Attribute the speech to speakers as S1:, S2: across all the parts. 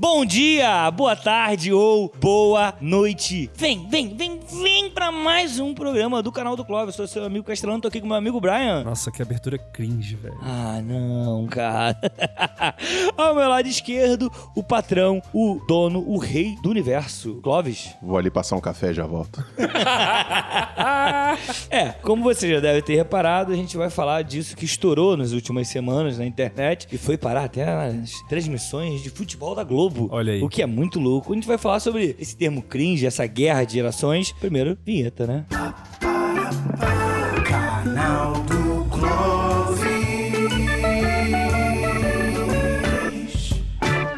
S1: Bom dia, boa tarde ou boa noite. Vem, vem, vem, vem pra mais um programa do canal do Clóvis. Sou seu amigo Castelano, tô aqui com meu amigo Brian.
S2: Nossa, que abertura cringe, velho.
S1: Ah, não, cara. Ao meu lado esquerdo, o patrão, o dono, o rei do universo, Clóvis.
S3: Vou ali passar um café e já volto.
S1: É, como você já deve ter reparado, a gente vai falar disso que estourou nas últimas semanas na internet e foi parar até nas transmissões de futebol da Globo.
S2: Olha aí.
S1: O que é muito louco. A gente vai falar sobre esse termo cringe, essa guerra de gerações. Primeiro, vinheta, né?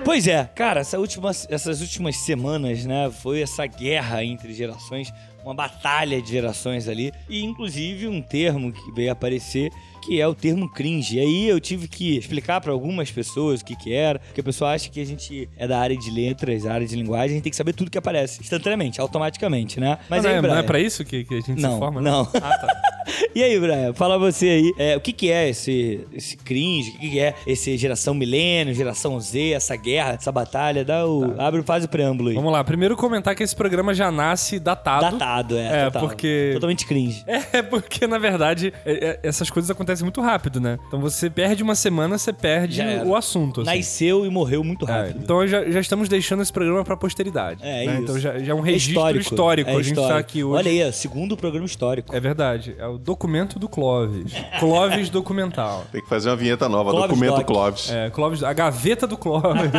S1: Pois é, cara, essa última- essas últimas semanas, né, foi essa guerra entre gerações, uma batalha de gerações ali, e inclusive um termo que veio aparecer que é o termo cringe. E aí eu tive que explicar pra algumas pessoas o que que era, porque a pessoa acha que a gente é da área de letras, da área de linguagem, a gente tem que saber tudo que aparece, instantaneamente, automaticamente, né? Mas
S2: não,
S1: aí,
S2: é,
S1: Brian,
S2: não é pra isso que, que a gente
S1: Não,
S2: se forma?
S1: não.
S2: né? Ah, tá.
S1: E aí, Brian, fala você aí, é, o que que é esse, esse cringe, o que que é esse geração milênio, geração Z, essa guerra, essa batalha, dá o... abre, faz o preâmbulo aí.
S2: Tá. Vamos lá, primeiro comentar que esse programa já nasce datado.
S1: Datado, é.
S2: É,
S1: total.
S2: porque-
S1: Totalmente cringe.
S2: É, porque na verdade é- é- essas coisas acontecem muito rápido, né? Então você perde uma semana, você perde
S1: Já era.
S2: o assunto. assim.
S1: Nasceu e morreu muito
S2: É,
S1: rápido.
S2: então já, já estamos deixando esse programa pra posteridade.
S1: É,
S2: né?
S1: isso.
S2: Então já, já é um
S1: É
S2: registro histórico.
S1: é
S2: a gente
S1: histórico.
S2: tá aqui hoje.
S1: Olha aí, ó, segundo programa histórico.
S2: É verdade, é o documento do Clóvis. Clóvis documental.
S3: Tem que fazer uma vinheta nova,
S1: Clóvis
S3: documento
S1: Doc.
S3: Clóvis.
S2: É, Clóvis, a gaveta do Clóvis.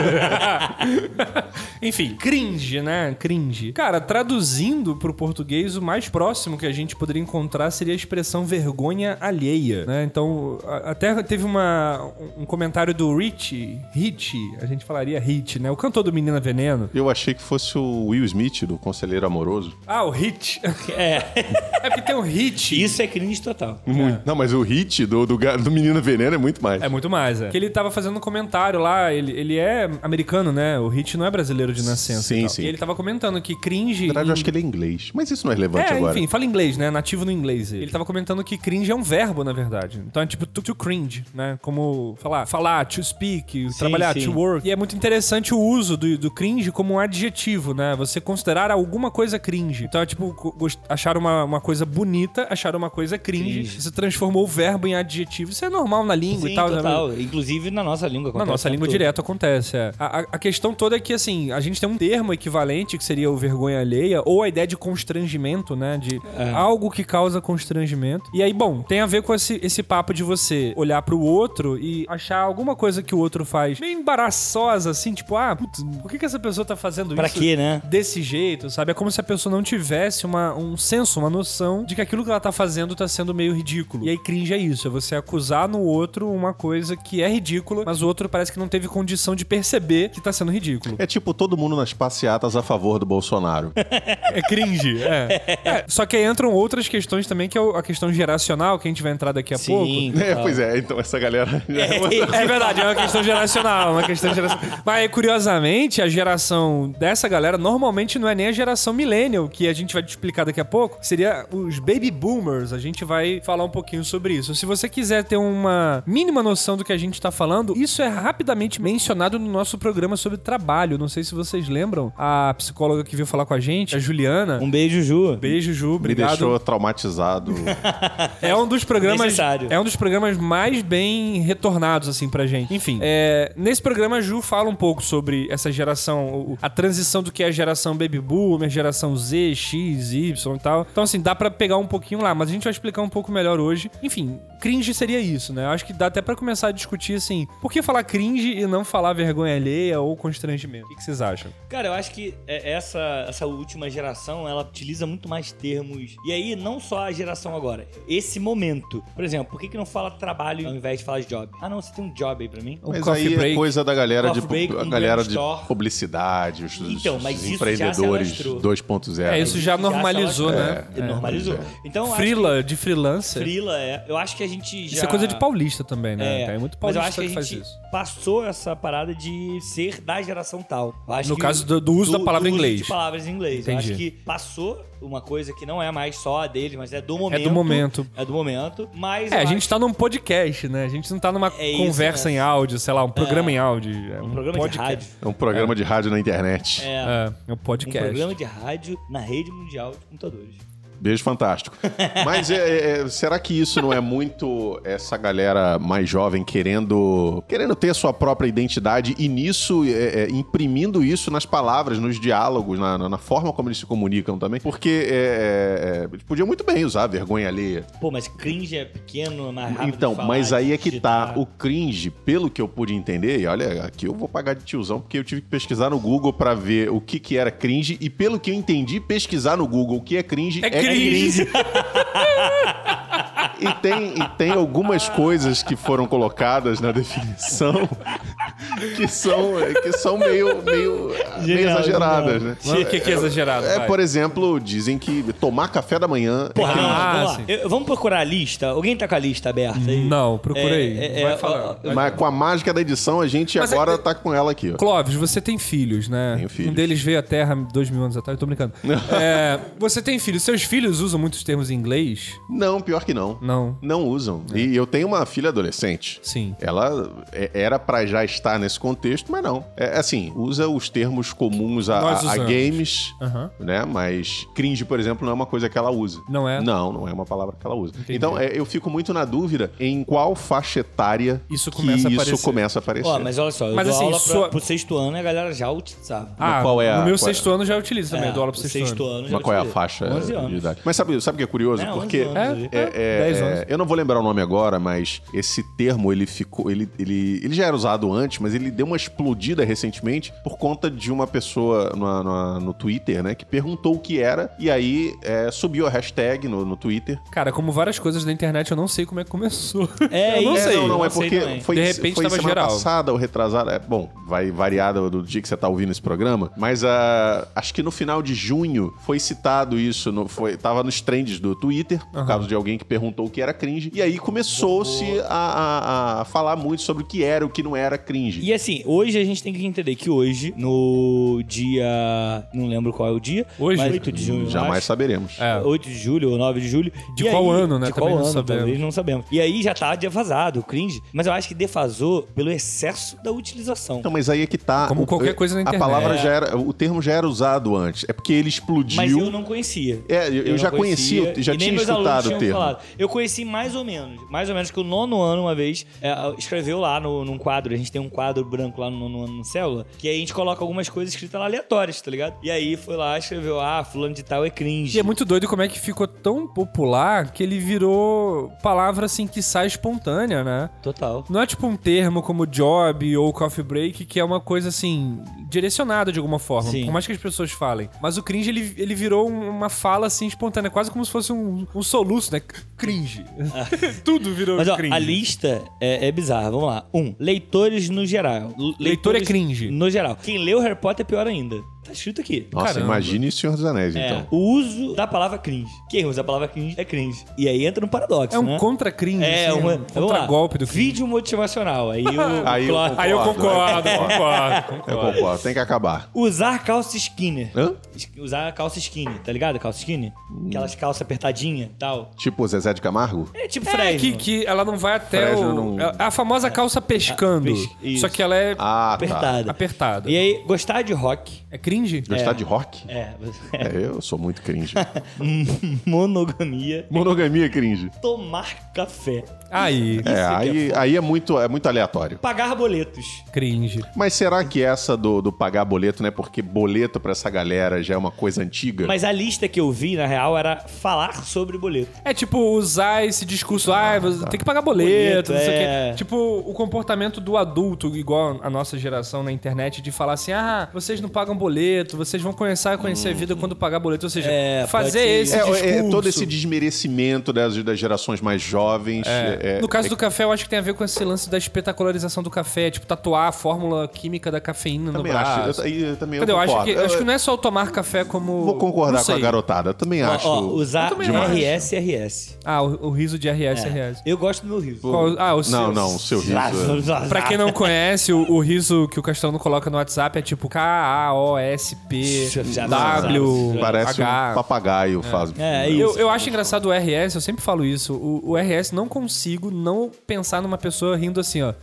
S2: Enfim, cringe, né? Cringe. Cara, traduzindo pro português, o mais próximo que a gente poderia encontrar seria a expressão vergonha alheia, né? Então, a- até teve uma, um comentário do Rich, Rich, a gente falaria Rich, né? O cantor do Menina Veneno.
S3: Eu achei que fosse o Will Smith, do Conselheiro Amoroso.
S2: Ah, o Rich.
S1: É,
S2: É porque tem o Rich.
S1: isso é cringe total.
S3: Muito. Não, mas o hit do, do, ga- do Menino Veneno é muito mais.
S2: É muito mais, é. Que ele tava fazendo um comentário lá, ele, ele é americano, né? O Hit não é brasileiro de nascença.
S3: Sim,
S2: e tal.
S3: sim.
S2: E ele tava comentando que cringe.
S3: Na verdade, eu acho que ele é inglês. Mas isso não é relevante
S2: É,
S3: agora.
S2: enfim, fala inglês, né? Nativo no inglês. Ele tava comentando que cringe é um verbo, na verdade. Então é tipo to, to cringe, né? Como falar, falar, to speak, trabalhar,
S1: sim.
S2: to work. E é muito interessante o uso do, do cringe como um adjetivo, né? Você considerar alguma coisa cringe. Então é tipo go- gost- achar uma, uma coisa bonita, achar uma coisa cringe.
S1: Cringe.
S2: Você transformou o verbo em adjetivo. Isso é normal na língua
S1: Sim,
S2: e tal. né?
S1: total. Inclusive na nossa língua. é
S2: Na
S1: acontece
S2: nossa
S1: o tempo
S2: língua
S1: todo.
S2: direto acontece, é. A, a- a questão toda é que, assim, a gente tem um termo equivalente, que seria o vergonha alheia, ou a ideia de constrangimento, né? De
S1: É.
S2: algo que causa constrangimento. E aí, bom, tem a ver com esse, esse papo de você olhar pro outro e achar alguma coisa que o outro faz meio embaraçosa, assim, tipo, ah, putz, por que, que essa pessoa tá fazendo
S1: Pra
S2: isso?
S1: quê, né?
S2: Desse jeito, sabe? É como se a pessoa não tivesse uma, um senso, uma noção de que aquilo que ela tá fazendo tá sendo meio ridículo. E aí cringe é isso, é você acusar no outro uma coisa que é ridícula, mas o outro parece que não teve condição de perceber que tá sendo ridículo.
S3: É tipo todo mundo nas passeatas a favor do Bolsonaro.
S2: É cringe, é. É, Só que aí entram outras questões também, que é o- a questão geracional, que a gente vai entrar daqui a pouco.
S1: Sim.
S3: é, pois é, então essa galera. já é outra-
S2: É verdade, é uma questão geracional, é uma questão geracional. Mas curiosamente, a geração dessa galera normalmente não é nem a geração millennial, que a gente vai te explicar daqui a pouco. Seria os baby boomers. A gente vai falar um pouquinho sobre isso. Se você quiser ter uma mínima noção do que a gente tá falando, isso é rapidamente mencionado no nosso programa sobre trabalho. Não sei se vocês lembram, a psicóloga que veio falar com a gente, a Juliana.
S1: Um beijo, Ju.
S2: Beijo, Ju.
S3: Me
S2: Obrigado.
S3: deixou traumatizado.
S2: É um dos programas.
S1: Necessário.
S2: É um dos programas mais bem retornados, assim, pra gente. Enfim, é, nesse programa a Ju fala um pouco sobre essa geração, o- a transição do que é a geração Baby Boomer, geração Z, X, Y e tal. Então, assim, dá pra pegar um pouquinho lá, mas a gente vai explicar um pouco melhor hoje. Enfim, cringe seria isso, né? Eu Acho que dá até pra começar a discutir, assim, por que falar cringe e não falar vergonha alheia ou constrangimento? O que que vocês acham?
S1: Cara, eu acho que é- essa, essa última geração, ela utiliza muito mais termos. E aí, não só a geração agora, esse momento. Por exemplo, por que, que não fala trabalho ao invés de falar de job? Ah, não, você tem um job aí pra mim?
S2: Um
S3: mas
S2: coffee
S3: aí é
S2: break.
S3: coisa da galera de,
S1: Coffee break,
S3: a
S1: um
S3: galera
S1: brand
S3: de
S1: store.
S3: publicidade, os, os
S1: Então, mas isso já se
S3: empreendedores
S1: alastrou.
S3: 2.0.
S2: É, isso já
S1: se
S2: normalizou,
S1: alastrou.
S2: né?
S1: É, normalizou. Então, eu acho que-
S2: Frila, de freelancer.
S1: Frila, é. Eu acho que a gente já.
S2: Isso é coisa de paulista também, né?
S1: É,
S2: É, muito
S1: Mas eu
S2: paulista
S1: acho que a
S2: faz
S1: gente
S2: isso.
S1: passou essa parada de ser da geração tal. Eu acho
S2: No
S1: que
S2: caso do- do uso da palavra em
S1: do uso
S2: inglês.
S1: De palavras em inglês. Eu
S2: Entendi.
S1: acho que passou uma coisa que não é mais só a dele, mas é do
S2: É
S1: momento.
S2: do momento.
S1: É do momento. Mas
S2: É, a
S1: eu
S2: gente tá num podcast, né? A gente não tá numa
S1: É isso,
S2: conversa
S1: né?
S2: em áudio, sei lá, um programa em áudio. É
S1: acho- um programa
S2: podcast.
S1: de rádio.
S3: É um programa de rádio na internet.
S1: É,
S2: É, é um
S1: um
S2: podcast.
S1: programa de rádio na rede mundial de computadores.
S3: Beijo fantástico. Mas é, é, será que isso não é muito essa galera mais jovem querendo querendo ter a sua própria identidade e nisso é, é, imprimindo isso nas palavras, nos diálogos, na, na- na forma como eles se comunicam também? Porque é, é, é, eles podiam muito bem usar vergonha alheia.
S1: Pô, mas cringe é pequeno, é mais rápido.
S3: Então,
S1: de falar,
S3: mas
S1: de
S3: aí é que tá.
S1: digitar.
S3: O cringe, pelo que eu pude entender, e olha, aqui eu vou pagar de tiozão, porque eu tive que pesquisar no Google pra ver o que, que era cringe, e pelo que eu entendi, pesquisar no Google o que é cringe
S2: É cringe.
S3: E tem, e tem algumas coisas que foram colocadas na definição que são, que são meio, meio, meio
S1: Genial,
S3: exageradas,
S1: genial.
S3: né?
S2: O que, que é exagerado?
S3: É,
S2: vai?
S3: por exemplo, dizem que tomar café da manhã. é
S1: Porra, não,
S2: Ah,
S1: vamos
S2: sim.
S1: lá. Eu- vamos procurar a lista? Alguém tá com a lista aberta aí?
S2: Não, procura
S1: É,
S2: aí.
S1: é,
S2: vai
S1: é,
S2: falar.
S1: ó, ó,
S2: Vai-
S3: Mas com a mágica da edição, a gente
S2: Mas
S3: agora
S2: é-
S3: tá com ela aqui, ó.
S2: Clóvis, você tem filhos, né?
S3: Tenho filhos.
S2: Um deles veio à Terra dois mil anos atrás, tô brincando. É, você tem filhos. Seus filhos usam muitos termos em inglês?
S3: Não, pior que não.
S2: Não.
S3: Não usam. E eu tenho uma filha adolescente.
S2: Sim.
S3: Ela é- era pra já estar nesse contexto, mas não. É assim, usa os termos comuns a,
S2: Nós
S3: a- a
S2: usamos. Ah.
S3: games,
S2: Aham.
S3: né? Mas cringe, por exemplo, não é uma coisa que ela usa.
S2: Não é?
S3: Não, não é uma palavra que ela usa. Então, é, eu fico muito na dúvida em qual faixa etária
S2: Isso
S3: que
S2: começa a
S3: isso
S2: aparecer.
S3: começa a aparecer.
S1: Ó, mas olha só, eu
S2: Mas
S1: dou
S2: assim,
S1: aula
S2: sua-
S1: pra, pro sexto ano e a galera já utilizava.
S2: Ah,
S3: qual é a-
S2: no meu
S3: qual é?
S2: sexto ano já utilizo também,
S1: É,
S2: do aula pro
S1: o
S2: sexto, ano.
S1: ano. já
S3: Mas qual é a
S1: utilizei.
S3: faixa
S1: 11
S3: de
S1: anos.
S3: idade? Mas sabe, sabe o que é curioso?
S1: É, 11
S3: Porque
S1: anos.
S2: É,
S1: É,
S2: é,
S3: É,
S2: 10 anos.
S3: é, eu não vou lembrar o nome agora, mas esse termo ele ficou, ele, ele, ele já era usado antes, mas ele deu uma explodida recentemente por conta de uma pessoa no, no, no Twitter, né, que perguntou o que era e aí é, subiu a hashtag no, no Twitter.
S2: Cara, como várias coisas da internet, eu não sei como é que começou.
S1: É,
S2: eu não
S1: isso.
S2: sei.
S3: É, não, não, é
S1: não sei
S3: porque
S1: também.
S3: foi,
S2: De repente
S3: foi
S2: tava
S3: semana
S2: geral.
S3: passada ou retrasada. É, bom, vai variar do, do dia que você tá ouvindo esse programa, mas ah, acho que no final de junho foi citado isso, no, foi, tava nos trends do Twitter, por causa de alguém que perguntou o que era cringe, e aí começou-se a, a- a falar muito sobre o que era e o que não era cringe.
S1: E assim, hoje a gente tem que entender que hoje, no dia. Não lembro qual é o dia.
S2: Hoje?
S1: Mas 8 de junho. eu
S3: Jamais
S1: acho.
S3: saberemos.
S2: É.
S1: 8 de julho ou 9 de julho.
S2: De
S1: E
S2: qual ano, né?
S1: De qual
S2: Também não
S1: ano,
S2: sabemos.
S1: talvez não sabemos. E aí já tá defasado, o cringe. Mas eu acho que defasou pelo excesso da utilização.
S3: Então, mas aí é que tá.
S2: Como
S3: o-
S2: qualquer coisa na
S3: A
S2: internet.
S3: palavra já era. O termo já era usado antes. É porque ele explodiu.
S1: mas eu não conhecia.
S3: É, eu, eu
S1: não
S3: já conhecia, eu já
S1: e nem
S3: tinha
S1: meus alunos
S3: escutado o
S1: tinham
S3: termo.
S1: falado. Eu conheci mais ou menos. Mais ou menos que o nono ano, uma vez, é, escreveu lá no, num quadro. A gente tem um quadro branco lá no nono ano no Célula, que aí a gente coloca algumas coisas escritas lá aleatórias, tá ligado? E aí foi lá, escreveu, ah, fulano de tal é cringe.
S2: E é muito doido como é que ficou tão popular que ele virou palavra assim que sai espontânea, né?
S1: Total.
S2: Não é tipo um termo como job ou coffee break, que é uma coisa assim, direcionada de alguma forma,
S1: Sim.
S2: por mais que as pessoas falem. Mas o cringe, ele, ele virou um- uma fala assim espontânea, quase como se fosse um, um soluço, né? C- Cringe. Tudo virou
S1: Ah. Mas ó,
S2: cringe.
S1: a lista é, é bizarra. Vamos lá. Um, leitores no geral. L-
S2: Leitor é
S1: leitores
S2: cringe.
S1: No geral. Quem leu Harry Potter é pior ainda. Tá escrito aqui.
S3: Nossa,
S2: Caramba.
S3: imagine o Senhor dos Anéis,
S1: É,
S3: então.
S1: o uso da palavra cringe. Quem usa a palavra cringe é cringe. E aí entra no paradoxo,
S2: É um
S1: né?
S2: contra-cringe.
S1: É,
S2: assim,
S1: uma,
S2: um
S1: vamos lá.
S2: contra-golpe do cringe.
S1: Vídeo motivacional. Aí o
S3: Aí eu
S1: Cló-
S2: Aí eu concordo,
S1: né?
S3: Concordo.
S1: É
S2: concordo,
S3: Eu
S2: concordo.
S3: concordo, tem que acabar.
S1: Usar calça skinner.
S3: Hã?
S1: Es- Usar calça skinny, tá ligado? Calça skinny? Aquelas calças apertadinhas e tal.
S3: Tipo o Zezé de Camargo?
S1: É tipo
S2: É,
S1: Fresno.
S2: que, que ela não vai até
S3: Fresno
S2: o...
S3: não-
S2: é A famosa calça pescando.
S1: pesca- isso.
S2: Só que ela é
S3: Ah, tá.
S1: Apertada.
S2: apertada.
S1: E aí, gostar de rock.
S2: É cringe?
S3: Gostar de rock?
S1: É.
S3: É, eu sou muito cringe.
S1: Monogamia.
S3: Monogamia é cringe.
S1: Tomar café.
S2: Aí,
S3: É,
S1: que é
S3: aí, aí é, muito, é muito aleatório.
S1: Pagar boletos.
S2: cringe.
S3: Mas será que essa do, do pagar boleto, né? Porque boleto pra essa galera já é uma coisa antiga?
S1: Mas a lista que eu vi, na real, era falar sobre boleto.
S2: É tipo usar esse discurso, ah, você tem que pagar
S1: tá.
S2: boleto,
S1: Boleto,
S2: não sei o
S1: é.
S2: quê. Tipo o comportamento do adulto, igual a nossa geração na internet, de falar assim, ah, vocês não pagam boleto, vocês vão começar a conhecer a vida quando pagar boleto. Ou seja,
S1: Hum. É,
S2: fazer
S1: pode ser
S2: esse
S3: É,
S2: discurso.
S3: é, todo esse desmerecimento das, das gerações mais jovens. é, é,
S2: No caso do café, eu acho que tem a ver com esse lance da espetacularização do café, tipo tatuar a fórmula química da cafeína no
S3: também
S2: braço.
S3: acho. Eu, aí eu também
S2: Entendeu?
S3: eu
S2: Eu acho,
S3: concordo.
S2: que,
S3: Eu-
S2: acho que não é só o tomar café como.
S3: Vou concordar
S2: não
S3: com a
S2: sei.
S3: garotada. Eu Também
S1: Ó,
S3: acho.
S1: ó, usar
S2: Eu também acho.
S1: RS, RS.
S2: Ah, o, o riso de RS, RS.
S1: É. Eu gosto do meu riso.
S2: Qual- ah, o
S3: Não,
S2: seu-
S3: não, o seu riso. é-
S2: Pra quem não conhece, o, o riso que o Castellano coloca no WhatsApp é tipo
S1: Já- já-
S2: K-A-O-S-P-W.
S3: Parece um papagaio, faz.
S1: É, é isso.
S2: Eu, eu acho engraçado o RS, eu sempre falo isso. O, o RS não consigo não pensar numa pessoa rindo assim, ó.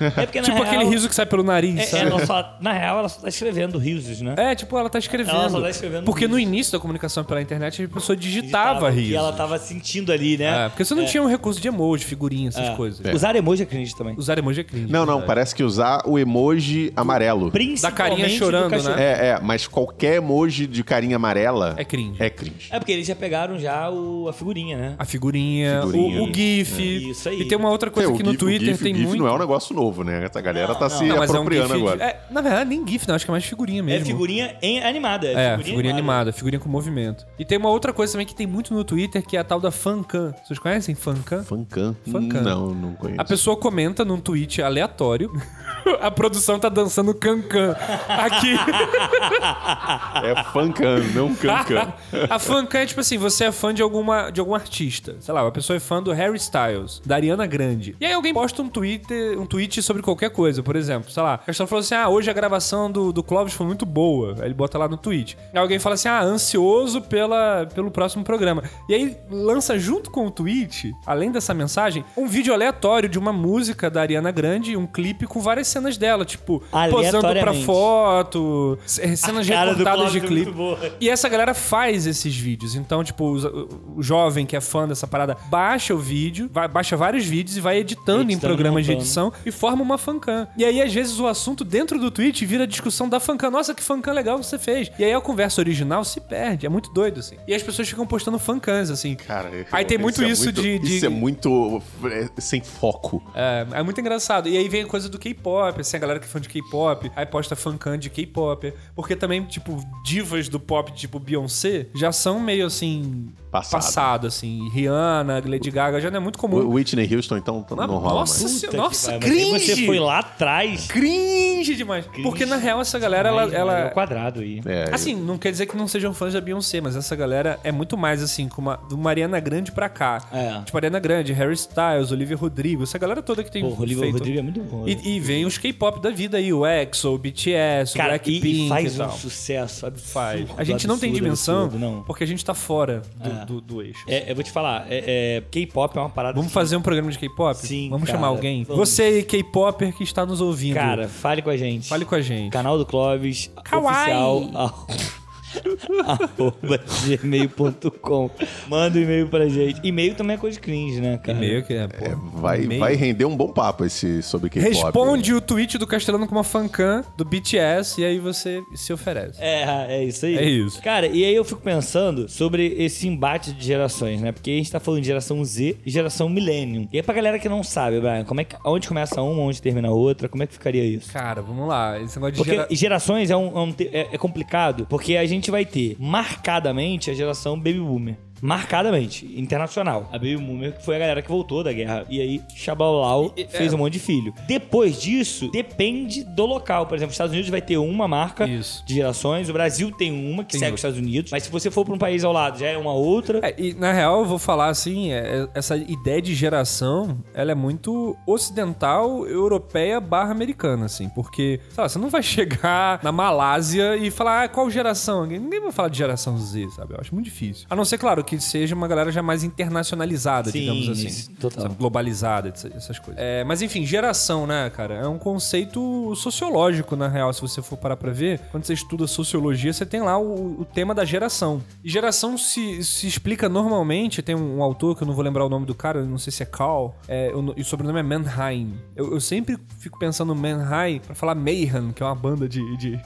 S1: É porque, na
S2: tipo
S1: real,
S2: aquele riso que sai pelo nariz,
S1: É,
S2: sabe?
S1: ela só- na real, ela só tá escrevendo risos, né?
S2: É, tipo, ela tá escrevendo.
S1: Ela só tá escrevendo
S2: Porque
S1: riso.
S2: no início da comunicação pela internet a pessoa digitava, riso.
S1: E ela tava sentindo ali, né?
S2: É, porque você não tinha um recurso de emoji, figurinha, essas
S1: É.
S2: coisas.
S1: Usar emoji é cringe também.
S2: Usar emoji é cringe.
S3: Não, não, parece que usar o emoji amarelo.
S1: Principalmente
S2: Da carinha chorando,
S1: do cachorro.
S2: né?
S3: É, é, mas qualquer emoji de carinha amarela
S2: É cringe.
S3: É cringe.
S1: É. porque eles já pegaram já o- a figurinha, né?
S2: A figurinha,
S3: Figurinha. né?
S2: O, o GIF.
S1: Isso aí.
S2: E tem uma outra coisa
S3: É, o
S2: que
S3: GIF-
S2: no Twitter
S3: o GIF,
S2: tem
S3: o GIF
S2: muito.
S3: não é um negócio novo, né? Essa galera tá se
S2: Não, mas é um
S3: apropriando
S2: GIF de-
S3: agora.
S2: é, na verdade, nem GIF, não. Acho que é mais figurinha mesmo.
S1: É figurinha em animada.
S2: É, figurinha, animada, figurinha com movimento. E tem uma outra coisa também que tem muito no Twitter, que é a tal da fancam. Vocês conhecem fancam?
S3: Fancan?
S2: Fancan.
S3: Não, não conheço.
S2: A pessoa comenta num tweet aleatório. a produção tá dançando cancan aqui.
S3: É fancan, não cancan.
S2: a fancam é tipo assim, você é fã de alguma de algum artista. Sei lá, uma pessoa é fã do Harry Styles, da Ariana Grande. E aí alguém posta um Twitter, um tweet sobre qualquer coisa, por exemplo, sei lá, a pessoa falou assim: "Ah, hoje a gravação do, do Clóvis foi muito boa". Aí ele bota lá no tweet. Aí alguém fala assim: "Ah, ansioso pela pelo próximo programa". E aí lança junto com o tweet, além dessa mensagem, um vídeo aleatório de uma música da Ariana Grande, um clipe com várias cenas dela, tipo, posando pra
S1: Aleatoriamente.
S2: foto, c- cenas
S1: A cara do
S2: recortadas de
S1: Clóvis é
S2: clipe.
S1: muito boa.
S2: E essa galera faz esses vídeos. Então, tipo, os- o, o jovem que é fã dessa parada baixa o vídeo, vai- baixa vários vídeos e vai editando, em
S1: Editando,
S2: programas de
S1: montando.
S2: edição e forma uma fancam. E aí, às vezes, o assunto dentro do tweet vira discussão da fancam. Nossa, que fancam legal você fez. E aí a conversa original se perde. É muito doido, assim. E as pessoas ficam postando fancams, assim.
S3: Cara,
S2: Aí tem muito
S3: é
S2: isso de- de-
S3: Isso é muito é, sem foco.
S2: É, é muito engraçado. E aí vem a coisa do K-pop, assim, a galera que é fã de K-pop, aí posta fancam de K-pop. Porque também, tipo, divas do pop, tipo Beyoncé, já são meio assim.
S3: Passado.
S2: passado, assim. Rihanna, Lady Gaga, já não é muito comum.
S3: O Whitney Houston, então, não,
S2: Mas,
S3: rola
S2: nossa
S1: Puta
S3: mais.
S1: que
S2: senhora, nossa,
S1: pariu, mas aí
S2: cringe!
S1: Você foi lá atrás.
S2: Cringe demais. porque na real essa galera,
S1: Mas,
S2: ela.
S1: mano,
S2: ela-
S1: é o quadrado aí.
S3: né? É,
S2: Assim, não quer dizer que não sejam fãs da Beyoncé, mas essa galera é muito mais assim, com uma, do Mariana Grande pra cá.
S1: É.
S2: Tipo, Mariana Grande, Harry Styles, Olivia Rodrigo, essa galera toda que tem.
S1: Pô, o Olivia
S2: feito-
S1: Rodrigo é muito bom. né?
S2: E, e vem os K-pop da vida aí, o EXO, o BTS, o
S1: Cara, e-
S2: Blackpink
S1: e faz
S2: e
S1: um
S2: tal.
S1: sucesso absurdo.
S2: Faz. A gente não tem
S1: absurdo,
S2: dimensão
S1: absurdo, não.
S2: porque a gente tá fora do, do- do eixo.
S1: É, eu vou te falar, é, é, K-pop é uma parada.
S2: Vamos
S1: que-
S2: fazer um programa de K-pop?
S1: Sim,
S2: Vamos
S1: cara,
S2: chamar alguém?
S1: vamos.
S2: Você, K-popper que está nos ouvindo,
S1: Cara, fale com a gente.
S2: um fale com a gente.
S1: Canal do Clóvis,
S2: Kawaii.
S1: oficial, arro- arroba gmail.com. Manda um e-mail pra gente. E-mail também é coisa de cringe, né, cara?
S2: E-mail que é, pô,
S3: vai,
S2: e-mail.
S3: vai render um bom papo esse sobre K-pop.
S2: Responde o tweet do Castelano com uma fancam do BTS e aí você se oferece.
S1: É, é isso aí.
S2: É isso.
S1: Cara, e aí eu fico pensando sobre esse embate de gerações, né? Porque a gente tá falando de geração Z e geração Millennium. E aí pra galera que não sabe, Brian, como é que, onde começa uma, onde termina a outra, como é que ficaria isso?
S2: Cara, vamos lá. Esse negócio de
S1: Porque
S2: gera-
S1: gerações é, um, é um te- é- é complicado, porque a gente vai ter marcadamente a geração Baby Boomer. Marcadamente, internacional. A Baby Boomer que foi a galera que voltou da guerra. E aí, Xabalau
S2: é.
S1: fez um monte de filho. Depois disso, depende do local. Por exemplo, os Estados Unidos vai ter uma marca
S2: Isso.
S1: de gerações, o Brasil tem uma que
S2: Tem
S1: segue
S2: outra.
S1: os Estados Unidos. Mas se você for pra um país ao lado, já é uma outra.
S2: É, e na real, eu vou falar assim, é, é, essa ideia de geração, ela é muito ocidental, europeia barra americana, assim, porque, sei lá, você não vai chegar na Malásia e falar, ah, qual geração? Ninguém vai falar de geração Z, sabe? Eu acho muito difícil. A não ser, claro, que seja uma galera já mais internacionalizada,
S1: Sim,
S2: digamos assim.
S1: isso, total.
S2: Sabe? Globalizada, etc- essas coisas. É, mas enfim, geração, né, cara? É um conceito sociológico, na real, se você for parar pra ver. Quando você estuda sociologia, você tem lá o, o tema da geração. E geração se, se explica normalmente, tem um, um autor que eu não vou lembrar o nome do cara, eu não sei se é Carl, é, eu não- e o sobrenome é Mannheim. Eu, eu sempre fico pensando Mannheim pra falar Mayhem, que é uma banda de, de,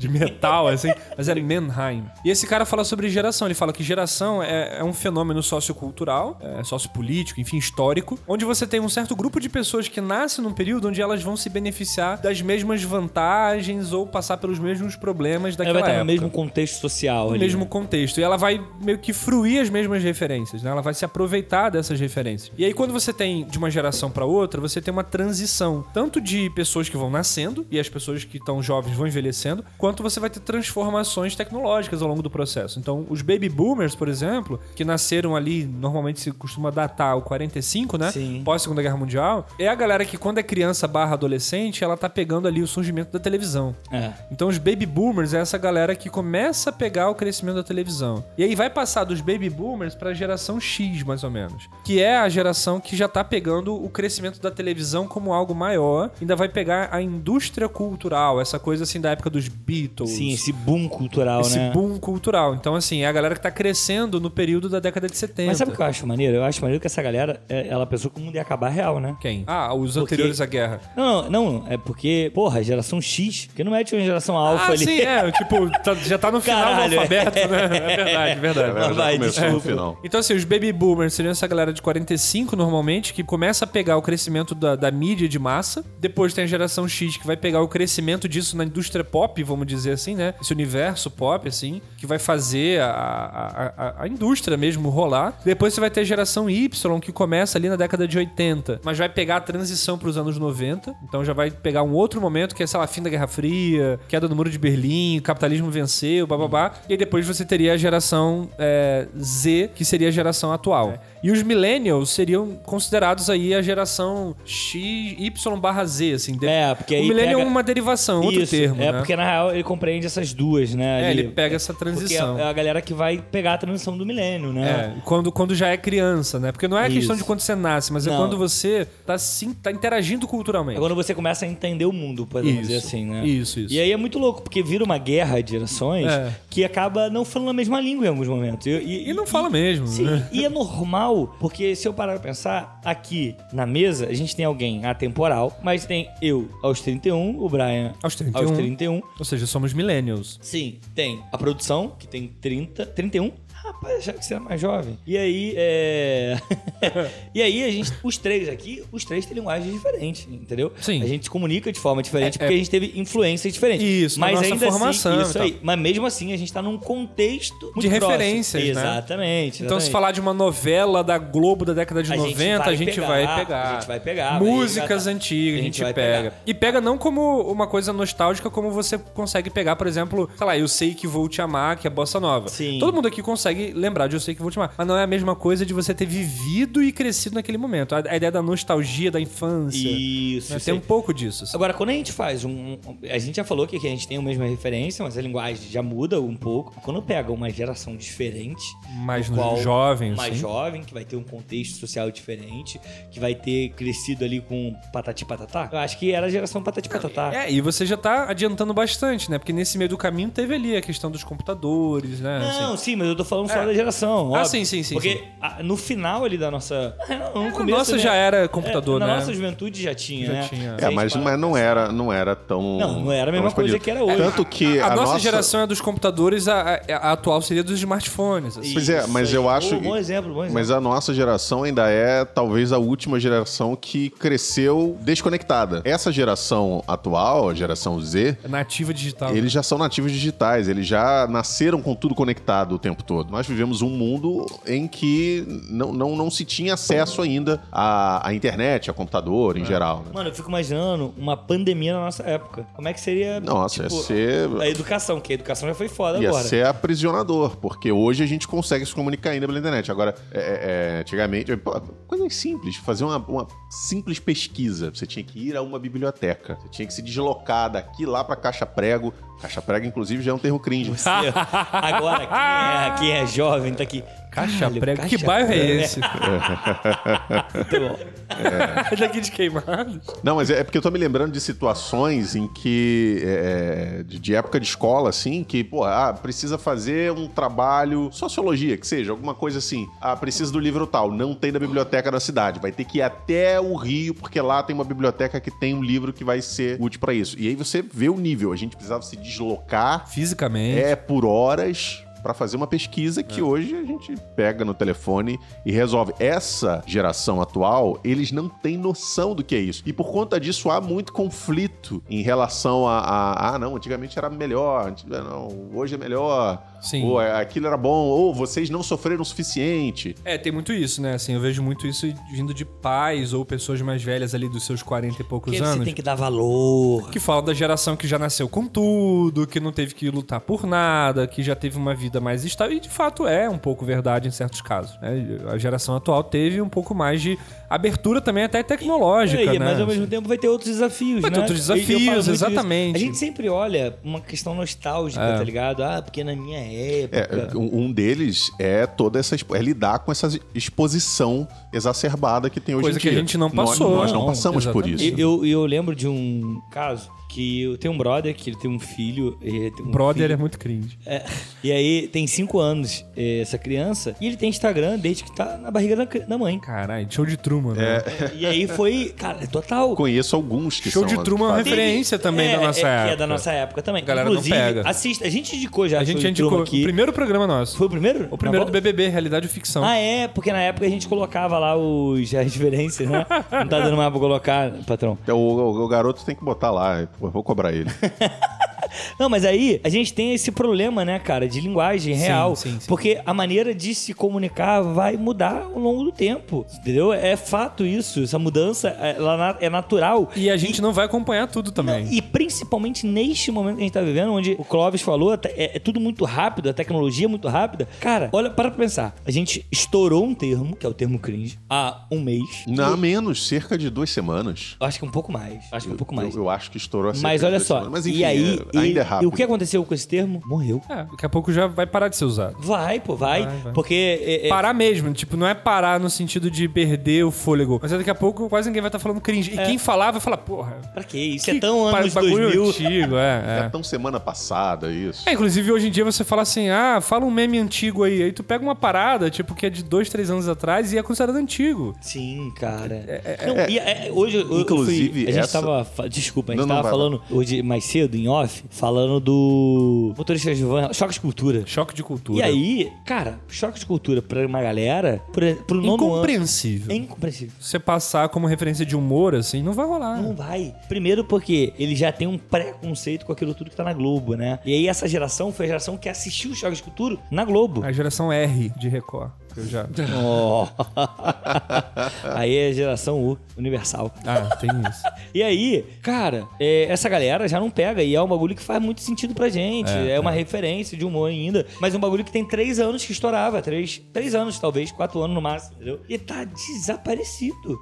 S2: de metal, assim, mas é Mannheim. E esse cara fala sobre geração, ele fala que geração é é, é um fenômeno sociocultural, é, sociopolítico, enfim, histórico, onde você tem um certo grupo de pessoas que nasce num período onde elas vão se beneficiar das mesmas vantagens ou passar pelos mesmos problemas
S1: Ela
S2: daquela
S1: É, vai estar
S2: época.
S1: no mesmo contexto social
S2: No
S1: ali.
S2: mesmo
S1: né?
S2: contexto. E ela vai meio que fruir as mesmas referências, né? Ela vai se aproveitar dessas referências. E aí, quando você tem de uma geração pra outra, você tem uma transição, tanto de pessoas que vão nascendo e as pessoas que estão jovens vão envelhecendo, quanto você vai ter transformações tecnológicas ao longo do processo. Então, os baby boomers, por exemplo, que nasceram ali, normalmente se costuma datar o 45, né?
S1: Sim.
S2: Pós-Segunda Guerra Mundial, é a galera que, quando é criança barra adolescente, ela tá pegando ali o surgimento da televisão.
S1: É.
S2: Então os baby boomers é essa galera que começa a pegar o crescimento da televisão. E aí vai passar dos baby boomers pra geração X, mais ou menos, que é a geração que já tá pegando o crescimento da televisão como algo maior, ainda vai pegar a indústria cultural, essa coisa assim da época dos Beatles.
S1: Sim, esse boom cultural,
S2: esse
S1: né?
S2: boom cultural. Então assim, é a galera que tá crescendo no período da década de 70.
S1: Mas sabe o que eu acho maneiro? Eu acho maneiro que essa galera, é, ela pensou que o mundo ia acabar real, né?
S2: Quem? Ah, os anteriores à guerra.
S1: Não, não, não, é porque, porra, geração X, porque não é tipo uma geração alfa
S2: ah,
S1: ali.
S2: sim, é, tipo, tá- já tá no final
S1: Caralho,
S2: do alfabeto, né? É verdade, verdade.
S3: Ela já
S1: vai,
S3: começou no
S1: desculpa.
S3: final.
S2: Então, assim, os baby boomers seriam essa galera de 45 normalmente, que começa a pegar o crescimento da, da mídia de massa. Depois tem a geração X, que vai pegar o crescimento disso na indústria pop, vamos dizer assim, né? Esse universo pop, assim, que vai fazer a, a, a- a indústria mesmo rolar. Depois você vai ter a geração Y, que começa ali na década de 80, mas vai pegar a transição para os anos 90. Então já vai pegar um outro momento, que é, sei lá, fim da Guerra Fria, queda do Muro de Berlim, capitalismo venceu, bababá. E aí depois você teria a geração é, Z, que seria a geração atual.
S1: É.
S2: E os millennials seriam considerados aí a geração X, Y barra Z, assim. De-
S1: É, porque aí
S2: o millennial
S1: pega-
S2: é uma derivação, outro
S1: Isso,
S2: termo,
S1: É,
S2: né?
S1: porque na real ele compreende essas duas, né?
S2: É,
S1: ali.
S2: ele pega essa
S1: Porque é
S2: transição.
S1: é a galera que vai pegar a transição do milênio, né?
S2: É, quando, quando já é criança, né? Porque não é a questão
S1: Isso.
S2: de quando você nasce, mas é
S1: Não.
S2: quando você tá, sim, tá interagindo culturalmente.
S1: É quando você começa a entender o mundo, podemos dizer assim, né?
S2: Isso, isso.
S1: E aí é muito louco, porque vira uma guerra de gerações
S2: É.
S1: que acaba não falando a mesma língua em alguns momentos. E, e-
S2: E não fala mesmo,
S1: Sim,
S2: né?
S1: e é normal, porque se eu parar pra pensar, aqui na mesa a gente tem alguém atemporal, mas tem eu aos 31, o Brian
S2: Aos 31.
S1: aos 31.
S2: Ou seja, somos millennials.
S1: Sim, tem a produção, que tem 30, 31. Rapaz, achava que você era mais jovem. E aí, é... e aí, a gente, os três aqui, os três têm linguagens diferentes, entendeu?
S2: Sim.
S1: A gente se comunica de forma diferente
S2: É,
S1: porque
S2: é.
S1: a gente teve influências diferentes.
S2: Isso, na
S1: mas
S2: nossa
S1: ainda
S2: formação
S1: assim,
S2: e
S1: isso
S2: tal.
S1: aí. Mas mesmo assim, a gente tá num contexto muito
S2: De
S1: próximo.
S2: referências, né?
S1: Exatamente.
S2: Então, se
S1: exatamente.
S2: falar de uma novela da Globo da década de
S1: A gente
S2: 90, a
S1: vai
S2: gente
S1: pegar,
S2: vai pegar.
S1: a gente vai pegar, vai
S2: Músicas
S1: resgatar.
S2: antigas, a
S1: A
S2: gente,
S1: gente vai
S2: pega.
S1: pegar.
S2: E pega não como uma coisa nostálgica, como você consegue pegar, por exemplo, sei lá, Eu Sei Que Vou Te Amar, que é bossa nova.
S1: Sim.
S2: Todo mundo aqui consegue lembrar de Eu Sei Que Vou Te Amar. Mas não é a mesma coisa de você ter vivido e crescido naquele momento. A, a ideia da nostalgia, da infância.
S1: Isso,
S2: né?
S1: isso
S2: Tem
S1: aí.
S2: um pouco disso. assim.
S1: Agora, quando a gente faz um. um- A gente já falou que aqui a gente tem a mesma referência, mas a linguagem já muda um pouco. Quando pega uma geração diferente.
S2: Mais
S1: no
S2: no-
S1: qual-
S2: jovem,
S1: Mais
S2: assim.
S1: jovem, que vai ter um contexto social diferente, que vai ter crescido ali com patati patatá. Eu acho que era a geração patati patatá.
S2: É, e você já tá adiantando bastante, né? Porque nesse meio do caminho teve ali a questão dos computadores, né?
S1: Não,
S2: Assim.
S1: sim, mas eu tô falando fora
S2: É.
S1: da geração.
S2: Ah,
S1: óbvio.
S2: sim, sim, sim,
S1: Porque
S2: sim.
S1: a- no final ali da nossa. No
S2: É, na
S1: começo,
S2: nossa
S1: né?
S2: já era computador,
S1: É, na
S2: né?
S1: nossa juventude já tinha,
S2: Já
S1: né?
S2: tinha.
S1: Se a
S3: É,
S1: gente
S3: mas mas,
S1: parar
S3: mas
S1: pra
S3: não era, não era tão.
S1: Não, não era a mesma
S3: tão
S1: coisa
S3: expandido.
S1: que era hoje.
S3: Tanto que
S2: A, nossa, geração é dos computadores, a, a- a atual seria dos smartphones. assim.
S3: Pois é, mas
S1: Isso
S3: eu
S1: aí.
S3: acho-
S1: Bom, bom exemplo, bom exemplo.
S3: Mas a nossa geração ainda é talvez a última geração que cresceu desconectada. Essa geração atual, a geração Z,
S2: Nativa digital.
S3: eles já são nativos digitais, eles já nasceram com tudo conectado o tempo todo. Nós vivemos um mundo em que não, não, não se tinha acesso ainda à, à internet, a computador em
S1: É.
S3: geral. né?
S1: Mano, eu fico imaginando uma pandemia na nossa época. Como é que seria
S3: Nossa, ia
S1: tipo,
S3: ser.
S1: a educação? Que a educação já foi foda
S3: Ia
S1: agora.
S3: ser aprisionador, porque hoje a gente consegue se comunicar ainda pela internet. Agora, é, é, é, antigamente, pô, coisas simples, fazer uma, uma simples pesquisa. Você tinha que ir a uma biblioteca, você tinha que se deslocar daqui lá pra caixa prego. Caixa prego, inclusive, já é um termo cringe.
S1: Você- Agora, quem é, quem é jovem tá aqui.
S2: Caixa
S1: Caralho,
S2: prego. Que
S1: caixa
S2: bairro é
S1: prego.
S2: esse?
S1: Muito bom.
S2: Daqui de queimados.
S3: Não, mas é porque eu tô me lembrando de situações em que. é, de, de época de escola, assim, que, pô, ah, precisa fazer um trabalho, sociologia, que seja, alguma coisa assim. Ah, precisa do livro tal, não tem na biblioteca da cidade. Vai ter que ir até o Rio, porque lá tem uma biblioteca que tem um livro que vai ser útil pra isso. E aí você vê o nível. A gente precisava se deslocar
S2: Fisicamente.
S3: é por horas para fazer uma pesquisa que
S2: É.
S3: hoje a gente pega no telefone e resolve. Essa geração atual, eles não têm noção do que é isso. E por conta disso há muito conflito em relação a, a ah, não, antigamente era melhor, anti- não, hoje é melhor,
S2: Sim.
S3: ou é, aquilo era bom, ou vocês não sofreram o suficiente.
S2: É, tem muito isso, né? Assim, eu vejo muito isso vindo de pais ou pessoas mais velhas ali dos seus 40 e poucos
S1: Porque você
S2: anos.
S1: tem que dar valor.
S2: Que fala da geração que já nasceu com tudo, que não teve que lutar por nada, que já teve uma vida mais estável. E de fato é um pouco verdade em certos casos. né? A geração atual teve um pouco mais de abertura também até tecnológica,
S1: É,
S2: né?
S1: Mas ao mesmo tempo vai ter outros desafios,
S2: Vai ter
S1: né?
S2: outros
S1: Eu- eu falo
S2: desafios,
S1: muito isso.
S2: exatamente. É.
S1: A gente sempre olha uma questão nostálgica, tá ligado? Ah, porque na minha época.
S3: É, um um deles é toda essa expo- é lidar com essa exposição exacerbada que tem hoje
S2: Coisa
S3: em
S2: que
S3: dia.
S2: a gente não
S3: Nós-
S2: passou.
S3: Nós, não
S2: Não,
S3: passamos por
S2: exatamente.
S3: isso.
S1: Eu, eu, eu lembro de um caso que eu tenho um brother que ele tem um filho. e tem um
S2: Brother
S1: filho-
S2: é muito cringe.
S1: É, e aí tem 5 anos eh, essa criança e ele tem Instagram desde que tá na barriga da, cri- da mãe.
S2: Caralho, show de
S1: É,
S2: Truman, né?
S1: E aí foi, cara, é total.
S3: Conheço alguns que
S2: Show
S3: são... assim.
S2: de Truman é uma
S3: fazem-
S1: Teve-
S2: referência também da nossa
S1: é, Que é
S2: época.
S1: da nossa época também.
S2: A galera não
S1: Inclusive,
S2: pega.
S1: assista. A gente indicou já
S2: A
S1: Show
S2: gente
S1: de
S2: indicou
S1: Truman
S2: o primeiro programa nosso.
S1: Foi o primeiro?
S2: O primeiro
S1: Na volta?
S2: do BBB, Realidade ou Ficção.
S1: Ah, é, porque na época a gente colocava lá os, as referências, né? Não tá dando mais pra colocar, patrão.
S3: Então, O, o- o garoto tem que botar lá. Pô, vou cobrar ele.
S1: Não, mas aí a gente tem esse problema, né, cara, de linguagem real.
S2: sim, sim.
S1: Porque a maneira de se comunicar vai mudar ao longo do tempo. Entendeu? É fato isso. Essa mudança ela na- é natural.
S2: E a gente não vai acompanhar tudo também.
S1: E principalmente neste momento que a gente tá vivendo, onde o Clóvis falou, tá- é, é tudo muito rápido, a tecnologia é muito rápida. Cara, olha, para pra pensar. A gente estourou um termo, que é o termo cringe, há um mês.
S3: Não, menos, cerca de duas semanas.
S1: Eu acho que um pouco mais. Acho que um pouco mais.
S3: Eu, eu acho que estourou a cerca
S1: Mas
S3: de
S1: olha
S3: duas
S1: só.
S3: semanas. Mas enfim,
S1: e aí,
S3: é- ainda
S1: ele-
S3: é rápido.
S1: e o que aconteceu com esse termo? Morreu.
S2: É, daqui a pouco já vai parar de ser usado.
S1: Vai, pô, vai.
S2: Vai, vai.
S1: Porque. é- é-
S2: Parar mesmo, tipo, não é parar no sentido de perder o fôlego. Mas daqui a pouco quase ninguém vai estar falando cringe. E quem falar vai falar, porra.
S1: Pra quê? Isso
S2: que
S1: é tão
S2: pa-
S1: anos
S2: bagulho
S1: 2000.
S2: antigo, é.
S3: É
S2: é.
S3: tão semana passada isso.
S2: É, inclusive hoje em dia você fala assim, ah, fala um meme antigo aí. Aí tu pega uma parada, tipo, que é de dois, três anos atrás e é considerado antigo.
S1: Sim, cara. Não, e, é, hoje, eu- eu
S3: Inclusive,
S1: fui- a gente
S3: essa-
S1: tava. fa- Desculpa, a gente
S3: Não, não,
S1: tava
S3: vai,
S1: falando hoje mais cedo, em off, falando do. Motorista de van, choque de cultura.
S2: Choque de cultura.
S1: E aí, cara, choque de cultura pra uma galera, pra, pro nono ano.
S2: Incompreensível.
S1: É incompreensível.
S2: Você passar como referência de humor, assim, não vai rolar.
S1: Não vai. Primeiro porque ele já tem um preconceito com aquilo tudo que tá na Globo, né? E aí essa geração foi a geração que assistiu o Choque de Cultura na Globo.
S2: A geração R de Record. que Eu já...
S1: Oh. aí é a geração U, universal.
S2: Ah, tem isso.
S1: E aí, cara, é, essa galera já não pega. E é um bagulho que faz muito sentido pra gente. É, uma referência de humor ainda. Mas um bagulho que tem três anos que estourava. Três, três anos, talvez, quatro anos no máximo, entendeu? E tá desaparecido.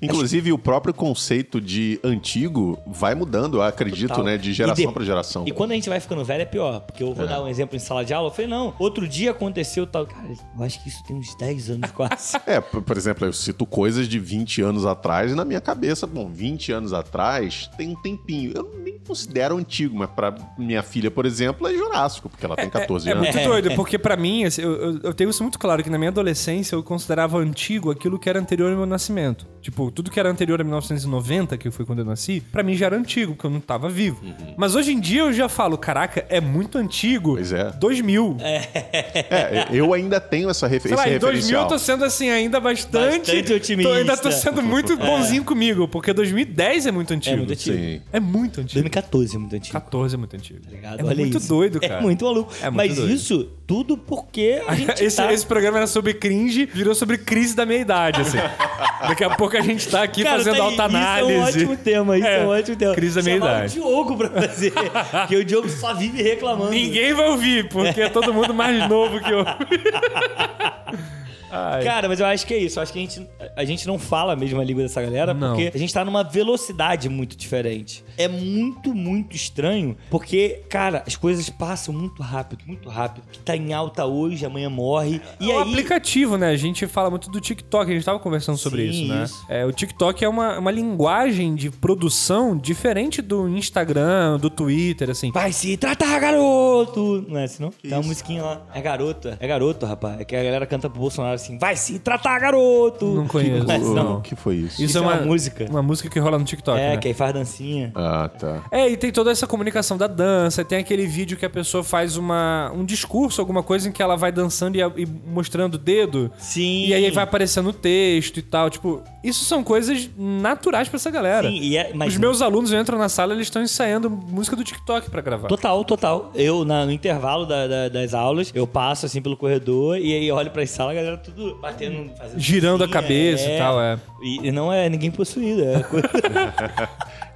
S3: Inclusive, o próprio conceito de antigo vai mudando, eu acredito,
S1: Total.
S3: né? De
S1: E
S3: geração
S1: de-
S3: para geração.
S1: E quando a gente vai ficando velho é pior, porque eu vou dar um exemplo em sala de aula, eu falei, não, outro dia aconteceu tal. Cara, eu acho que isso tem uns 10 anos quase.
S3: É, por por exemplo, eu cito coisas de 20 anos atrás e na minha cabeça, bom, 20 anos atrás tem um tempinho. Eu nem considero antigo, mas pra minha filha, por exemplo, é Jurássico, porque ela tem 14
S2: É
S3: anos.
S2: muito doido, porque pra mim, assim, eu, eu- eu tenho isso muito claro, que na minha adolescência eu considerava antigo aquilo que era anterior ao meu nascimento. Tipo, tudo que era anterior a 1990, que foi quando eu nasci, pra mim já era antigo, porque eu não tava vivo. Mas hoje em dia eu já falo, caraca, é muito antigo.
S3: Uhum. Pois é.
S2: 2000.
S3: É, eu ainda tenho essa refer
S2: Sei
S3: esse
S2: lá, em 2000
S3: referencial.
S2: eu tô sendo assim ainda bastante...
S1: Bastante otimista.
S2: Tô, ainda tô sendo muito bonzinho comigo, porque 2010 é muito antigo.
S1: É muito antigo.
S3: Sim.
S2: É muito antigo.
S1: 2014 é muito antigo.
S2: 14 é muito antigo.
S1: tá ligado?
S2: É
S1: Olha
S2: muito
S1: isso.
S2: doido, cara.
S1: É muito maluco.
S2: É muito
S1: Mas
S2: doido.
S1: isso tudo porque a gente
S2: Esse,
S1: tá...
S2: esse programa era sobre cringe, virou sobre crise da meia idade, assim. Daqui a pouco a gente tá aqui
S1: Cara,
S2: fazendo
S1: tá aí,
S2: alta análise.
S1: Isso é um ótimo tema, isso é, um ótimo tema.
S2: Crise da meia
S1: Chamar
S2: idade.
S1: o Diogo pra fazer, porque o Diogo só vive reclamando.
S2: Ninguém vai ouvir, porque é todo mundo mais novo que eu. Ai.
S1: Cara, mas eu acho que é isso. Eu acho que a gente, a gente não fala a mesma língua dessa galera
S2: Não.
S1: porque a gente tá numa velocidade muito diferente. É muito, muito estranho porque, cara, as coisas passam muito rápido, muito rápido. O que tá em alta hoje, amanhã morre. E
S2: é um
S1: aí.
S2: aplicativo, né? A gente fala muito do TikTok, a gente tava conversando sobre
S1: Sim,
S2: isso, né?
S1: isso.
S2: É, o TikTok é uma, uma linguagem de produção diferente do Instagram, do Twitter, assim.
S1: Vai se tratar, garoto! Não é assim, não? Tem uma musiquinha lá. É garoto, é garoto, rapaz. É que É a galera canta pro Bolsonaro assim, vai se tratar, garoto!
S2: É, Não conheço.
S1: Mas
S3: O-
S1: não.
S3: O que foi isso?
S1: Isso é uma música.
S2: Uma música que rola no TikTok,
S1: É,
S2: né?
S1: que aí faz dancinha.
S3: Ah, tá.
S2: É, e tem toda essa comunicação da dança, tem aquele vídeo que a pessoa faz uma, um discurso, alguma coisa em que ela vai dançando e, e mostrando o dedo.
S1: Sim.
S2: E aí vai aparecendo o texto e tal. Tipo, isso são coisas naturais pra essa galera.
S1: Sim, e é, mas
S2: Os meus alunos entram na sala, eles estão ensaiando música do TikTok pra gravar.
S1: Total, total. Eu, na- no intervalo da- da- das aulas, eu passo assim pelo corredor e aí olho pra sala, a galera tudo batendo, fazendo.
S2: Girando a
S1: dancinha,
S2: cabeça e tal, é.
S1: E, e não é ninguém possuído, é coisa-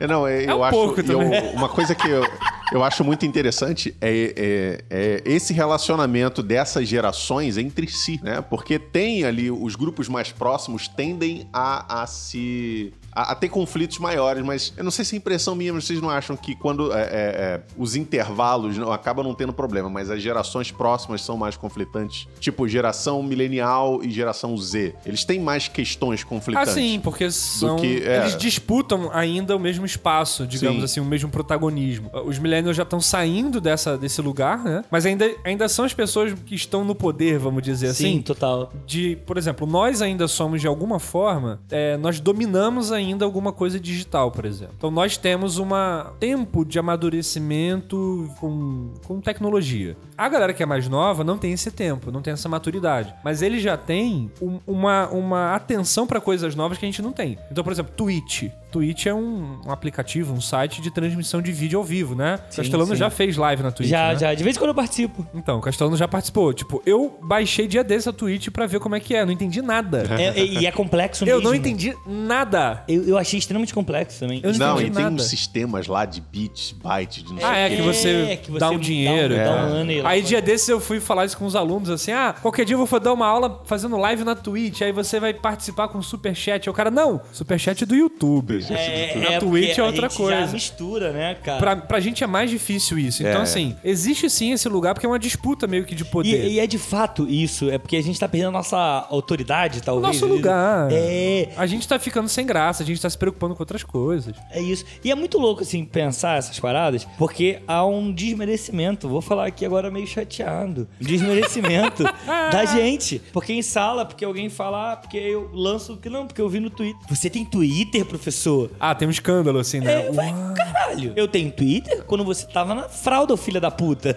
S3: É, Não, é, eu
S2: um
S3: acho.
S2: pouco
S3: e eu-
S2: também.
S3: uma coisa que eu, eu acho muito interessante é, é- é esse relacionamento dessas gerações entre si, né? Porque tem ali os grupos mais próximos tendem a, a se. A, a ter conflitos maiores, mas eu não sei se é impressão minha, mas vocês não acham que quando é, é, é, os intervalos não, acabam não tendo problema, mas as gerações próximas são mais conflitantes? Tipo, geração milenial e geração Z. Eles têm mais questões
S2: Ah,
S3: conflitantes.
S2: sim, porque são.
S3: que- é.
S2: Eles disputam ainda o mesmo espaço, digamos
S3: Sim.
S2: assim, o mesmo protagonismo. Os millennials já estão saindo dessa, desse lugar, né? Mas ainda, ainda são as pessoas que estão no poder, vamos dizer
S1: Sim,
S2: assim.
S1: total.
S2: de, por exemplo, nós ainda somos de alguma forma, é, nós dominamos ainda alguma coisa digital, por exemplo. Então nós temos um tempo de amadurecimento com, com tecnologia. A galera que é mais nova não tem esse tempo, não tem essa maturidade, mas ele já tem um- uma, uma atenção pra coisas novas que a gente não tem. Então, por exemplo, Twitch. Twitch é um, um aplicativo, um site de transmissão de vídeo ao vivo, né?
S1: Sim,
S2: Castelano
S1: sim.
S2: já fez live na Twitch.
S1: já,
S2: né?
S1: já. De vez em quando eu participo.
S2: Então, o Castelano já participou. Tipo, eu baixei dia desse a Twitch pra ver como é que é. Não entendi nada.
S1: É- e, e é complexo mesmo.
S2: eu não entendi nada.
S1: Eu, eu achei extremamente complexo também.
S2: Eu
S3: Não,
S2: entendi
S3: e tem
S2: nada.
S3: uns sistemas lá de bits, bytes, de não sei
S2: Ah, é,
S3: o quê.
S2: que você,
S1: É, que você
S2: dá
S1: dá
S2: um
S1: um-
S2: dinheiro. e
S1: dá
S2: tal.
S1: um ano e lá
S2: aí
S1: fora.
S2: dia desses eu fui falar isso com os alunos, assim, ah, qualquer dia eu vou dar uma aula fazendo live na Twitch, aí você vai participar com um superchat. Aí o cara, não, superchat é do YouTube. na
S1: porque
S2: Twitch é
S1: a
S2: outra
S1: gente Já
S2: coisa.
S1: mistura, né, cara?
S2: Pra, pra gente é mais difícil isso. Então,
S3: É.
S2: assim, existe sim esse lugar, porque é uma disputa meio que de poder.
S1: E, e é de fato isso, é porque a gente tá perdendo a nossa autoridade, talvez. né?
S2: Nosso lugar.
S1: É,
S2: A gente tá ficando sem graça, a gente tá se preocupando com outras coisas.
S1: É isso. E é muito louco, assim, pensar essas paradas, porque há um desmerecimento. Vou falar aqui agora meio chateado. um Desmerecimento da gente. Porque em sala, porque alguém fala, ah, porque eu lanço. que Não, porque eu vi no Twitter. Você tem Twitter, professor?
S2: Ah, tem um escândalo, assim, né?
S1: Eu falei, caralho. Eu tenho Twitter quando você tava na fralda, ô filha da puta.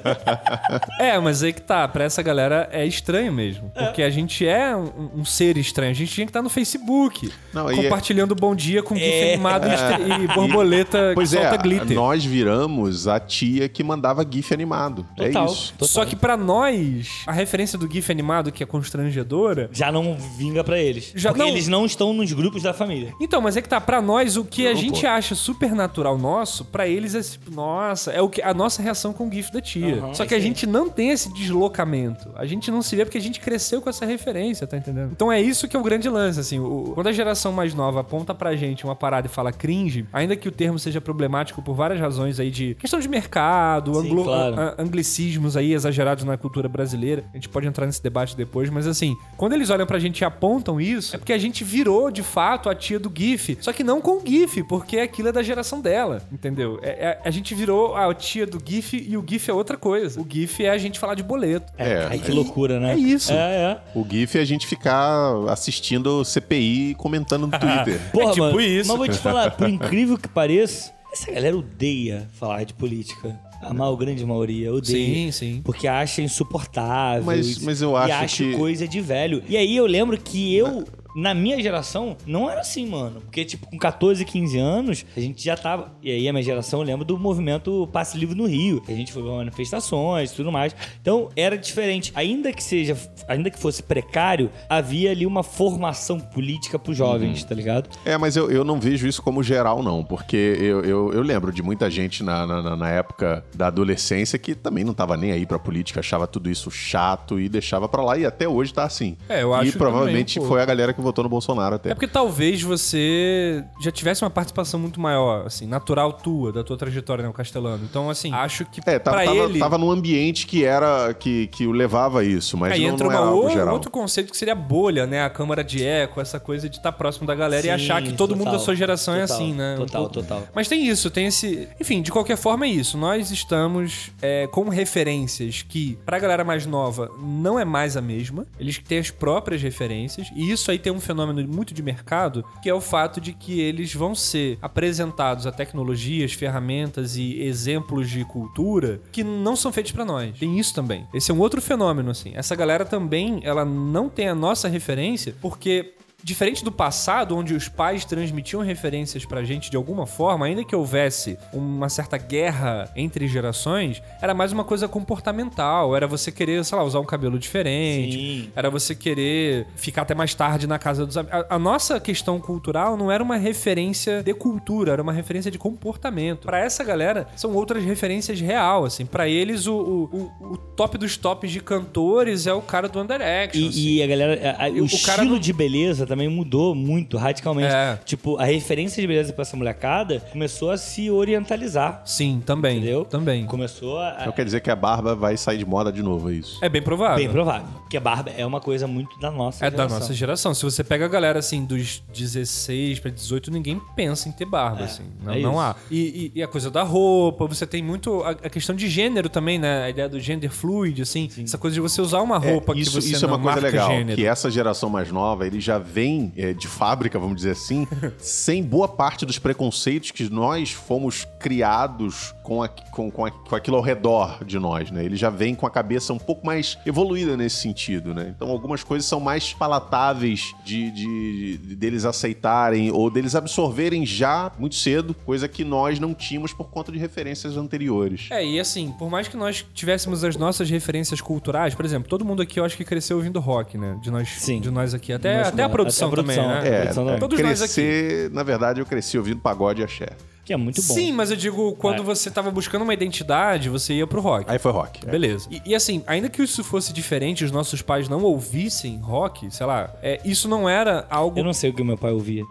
S2: É, mas aí que tá, pra essa galera é estranho mesmo. Porque a gente é um, um ser estranho. A gente tinha que estar no Facebook.
S3: Não, e é-
S2: compartilhando bom dia com GIF
S1: É.
S2: animado e estre- e borboleta
S3: Pois
S2: que
S3: é,
S2: solta glitter.
S3: nós viramos a tia que mandava GIF animado.
S1: Total.
S3: É isso.
S2: Só que pra nós, a referência do GIF animado, que é constrangedora.
S1: Já não vinga pra eles.
S2: Já
S1: porque
S2: não-
S1: eles não estão nos grupos da família.
S2: Então, mas é que tá, pra nós, o que a
S3: Não,
S2: gente
S3: pô.
S2: acha supernatural nosso, pra eles é tipo, nossa, é o que, a nossa reação com o GIF da tia.
S1: Aham,
S2: Só que a
S1: sim.
S2: gente não tem esse deslocamento. A gente não se vê porque a gente cresceu com essa referência, tá entendendo? Então é isso que é o grande lance, assim. o- quando a geração mais nova aponta pra gente uma parada e fala cringe, ainda que o termo seja problemático por várias razões aí de questão de mercado,
S1: Sim,
S2: anglo-
S1: claro.
S2: a- anglicismos aí exagerados na cultura brasileira. A gente pode entrar nesse debate depois, mas assim, quando eles olham pra gente e apontam isso, é porque a gente virou de fato a tia do GIF, só que não com o GIF, porque aquilo é da geração dela, entendeu? É- é- a gente virou a tia do GIF e o GIF é outra coisa. O GIF é a gente falar de boleto.
S3: É.
S1: Ai, que loucura, né?
S2: É isso.
S1: É, é.
S3: O GIF é a gente ficar assistindo CPI e comentando no Twitter.
S1: Porra,
S2: É tipo
S1: mano,
S2: isso.
S1: Mas vou te falar, por incrível que pareça, essa galera odeia falar de política. A mal grande maioria odeia.
S2: Sim, sim.
S1: Porque acha insuportável.
S3: Mas- mas eu
S1: E
S3: acho
S1: acha
S3: que-
S1: coisa de velho. E aí eu lembro que eu... Na minha geração, não era assim, mano. Porque, tipo, com 14, 15 anos, a gente já tava. E aí, a minha geração, eu lembro do movimento Passe Livre no Rio. que A gente foi pra manifestações e tudo mais. Então, era diferente. Ainda que seja. Ainda que fosse precário, havia ali uma formação política pros jovens, tá ligado?
S3: É, mas eu, eu não vejo isso como geral, não, porque eu, eu, eu lembro de muita gente na, na- na- na época da adolescência que também não tava nem aí pra política, achava tudo isso chato e deixava pra lá, e até hoje tá assim.
S2: É, eu acho
S3: E provavelmente
S2: também, pô.
S3: foi a galera que votou no Bolsonaro até.
S2: É porque talvez você já tivesse uma participação muito maior, assim, natural tua, da tua trajetória, né, o Castelano. Então, assim, acho que pra
S3: É, tava, tava,
S2: ele...
S3: tava num ambiente que era que, que o levava a isso, mas
S2: Aí
S3: não,
S2: entra
S3: não era
S2: uma
S3: algo
S2: ou-
S3: geral.
S2: outro conceito que seria a bolha, né? A câmara de eco, essa coisa de estar próximo da galera
S1: Sim,
S2: e achar que todo mundo
S1: total,
S2: da sua geração é
S1: total,
S2: assim, né? Um
S1: Total,
S2: pouco.
S1: total.
S2: Mas tem isso, tem esse. Enfim, de qualquer forma é isso. Nós estamos é, com referências que, pra galera mais nova, não é mais a mesma. Eles têm as próprias referências. E isso aí tem um fenômeno muito de mercado, que é o fato de que eles vão ser apresentados a tecnologias, ferramentas e exemplos de cultura que não são feitos pra nós. Tem isso também. Esse é um outro fenômeno, assim. Essa galera também, ela não tem a nossa referência, porque Diferente do passado, onde os pais transmitiam referências pra gente de alguma forma, ainda que houvesse uma certa guerra entre gerações, era mais uma coisa comportamental. Era você querer, sei lá, usar um cabelo diferente.
S1: Sim.
S2: Era você quer ficar até mais tarde na casa dos amigos. A, a nossa questão cultural não era uma referência de cultura, era uma referência de comportamento. Pra essa galera, são outras referências real, assim. Pra eles, o, o- o- o top dos tops de cantores é o cara do Under Action. assim.
S1: E, e a galera. a- a- o,
S2: O
S1: estilo
S2: cara não-
S1: de beleza também mudou muito, radicalmente.
S2: É.
S1: Tipo, a referência de beleza pra essa molecada começou a se orientalizar.
S2: Sim, também.
S1: Entendeu?
S2: Também.
S1: Começou
S3: Então
S1: a.
S3: quer dizer que a barba vai sair de moda de novo, é isso.
S2: É bem provável.
S1: Bem provável. Porque a barba é uma coisa muito da nossa
S2: É da
S1: geração.
S2: nossa geração. Se você pega a galera assim dos 16 pra 18, ninguém pensa em ter barba, assim. Não,
S1: é
S2: não
S1: isso.
S2: há. E, e- e a coisa da roupa, você tem muito a, a questão de gênero também, né? A ideia do gender fluid, assim. Essa coisa de você usar uma
S3: É,
S2: roupa
S3: isso,
S2: que você
S3: isso é
S2: não
S3: uma coisa
S2: marca
S3: legal,
S2: gênero.
S3: que essa geração mais nova, ele já vem é, de fábrica, vamos dizer assim, sem boa parte dos preconceitos que nós fomos criados com, a- com, com, a- com aquilo ao redor de nós, né? Ele já vem com a cabeça um pouco mais evoluída nesse sentido, né? Então algumas coisas são mais palatáveis de, de- de- deles aceitarem ou deles absorverem já muito cedo, coisa que nós não tínhamos por conta de referências anteriores.
S2: É, e assim, por mais que nós tivéssemos as nossas referências culturais, por exemplo, todo mundo aqui eu acho que cresceu ouvindo rock, né? De nós,
S1: Sim.
S2: De nós aqui. Até,
S1: Nós
S2: até a
S1: não,
S2: produção
S1: até a
S2: também,
S1: produção,
S2: né?
S1: é. Produção da-
S2: Todos nós aqui.
S3: crescer, na verdade, eu cresci ouvindo pagode e axé.
S1: Que é muito bom.
S2: Sim, mas eu digo, quando você tava buscando uma identidade, você ia pro rock.
S3: É. Aí foi rock. É.
S2: Beleza. E, e assim, ainda que isso fosse diferente, os nossos pais não ouvissem rock, sei lá, é, isso não era algo.
S1: Eu não sei o que meu pai ouvia.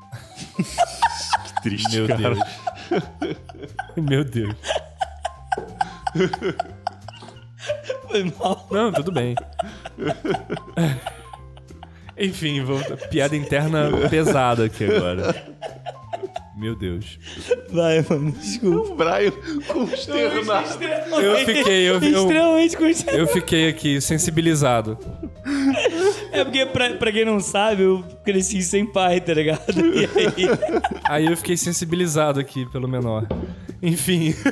S3: Triste,
S2: Meu
S3: cara.
S2: Deus. Meu Deus.
S1: Foi mal.
S2: Não, tudo bem. Enfim, vou... piada interna pesada aqui agora. Meu Deus.
S1: Vai, mano. Desculpa.
S3: O Brian consternado.
S2: Eu fiquei, eu- eu-
S1: Extremamente consternado.
S2: Eu fiquei aqui sensibilizado.
S1: É porque, pra, pra quem não sabe, eu cresci sem pai, tá ligado? E
S2: Tipo,
S1: aí,
S2: Aí eu fiquei sensibilizado aqui pelo menor. Enfim.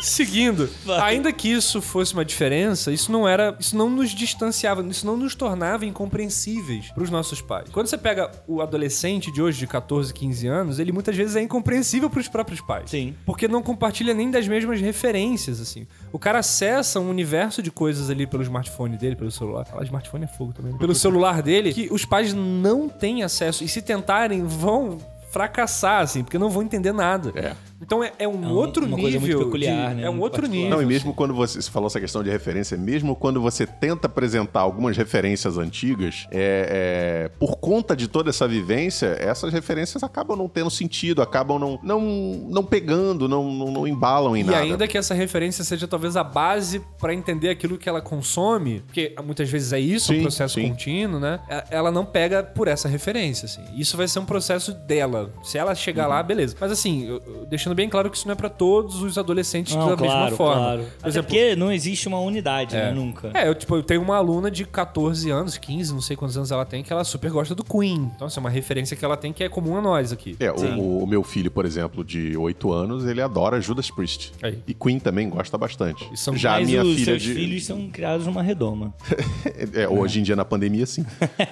S2: Seguindo, ainda que isso fosse uma diferença, isso não era, isso não nos distanciava, isso não nos tornava incompreensíveis pros nossos pais. Quando você pega o adolescente de hoje de 14, 15 anos, ele muitas vezes é incompreensível pros próprios pais.
S1: Sim.
S2: Porque não compartilha nem das mesmas referências, assim. O cara acessa um universo de coisas ali pelo smartphone dele, pelo celular. Ah, smartphone é fogo também. né? Pelo celular dele, que os pais não têm acesso. E se tentarem, vão fracassar, assim, porque não vão entender nada.
S3: É.
S2: Então é, é um
S1: É um-
S2: outro
S1: uma
S2: nível.
S1: coisa muito
S2: de-
S1: peculiar, né?
S2: É um
S1: Muito
S2: outro
S1: particular.
S2: nível.
S3: Não, e mesmo quando você, você falou essa questão de referência, mesmo quando você tenta apresentar algumas referências antigas, é, é, por conta de toda essa vivência, essas referências acabam não tendo sentido, acabam não, não, não pegando, não, não, não embalam em
S2: E
S3: nada.
S2: ainda que essa referência seja talvez a base pra entender aquilo que ela consome, porque muitas vezes é isso,
S3: Sim,
S2: um processo
S3: sim.
S2: contínuo, né? E- Ela não pega por essa referência, assim. Isso vai ser um processo dela. Se ela chegar
S3: Uhum.
S2: lá, beleza. Mas assim, eu- eu- deixando bem claro que isso não é pra todos os adolescentes da mesma forma. Por
S1: Até
S2: exemplo,
S1: porque não existe uma unidade, né? Nunca.
S2: é, eu, tipo, eu tenho uma aluna de 14 anos, 15, não sei quantos anos ela tem, que ela super gosta do Queen. Então, assim, é uma referência que ela tem que é comum a nós aqui.
S3: É, o, o meu filho, por exemplo, de 8 anos, ele adora Judas Priest.
S2: Aí.
S3: E Queen também gosta bastante.
S2: E são-
S3: Já a
S1: Mas
S3: minha
S1: os
S3: filha
S1: seus
S3: de.
S1: filhos são criados numa redoma. É,
S3: É, hoje em dia, na pandemia, sim.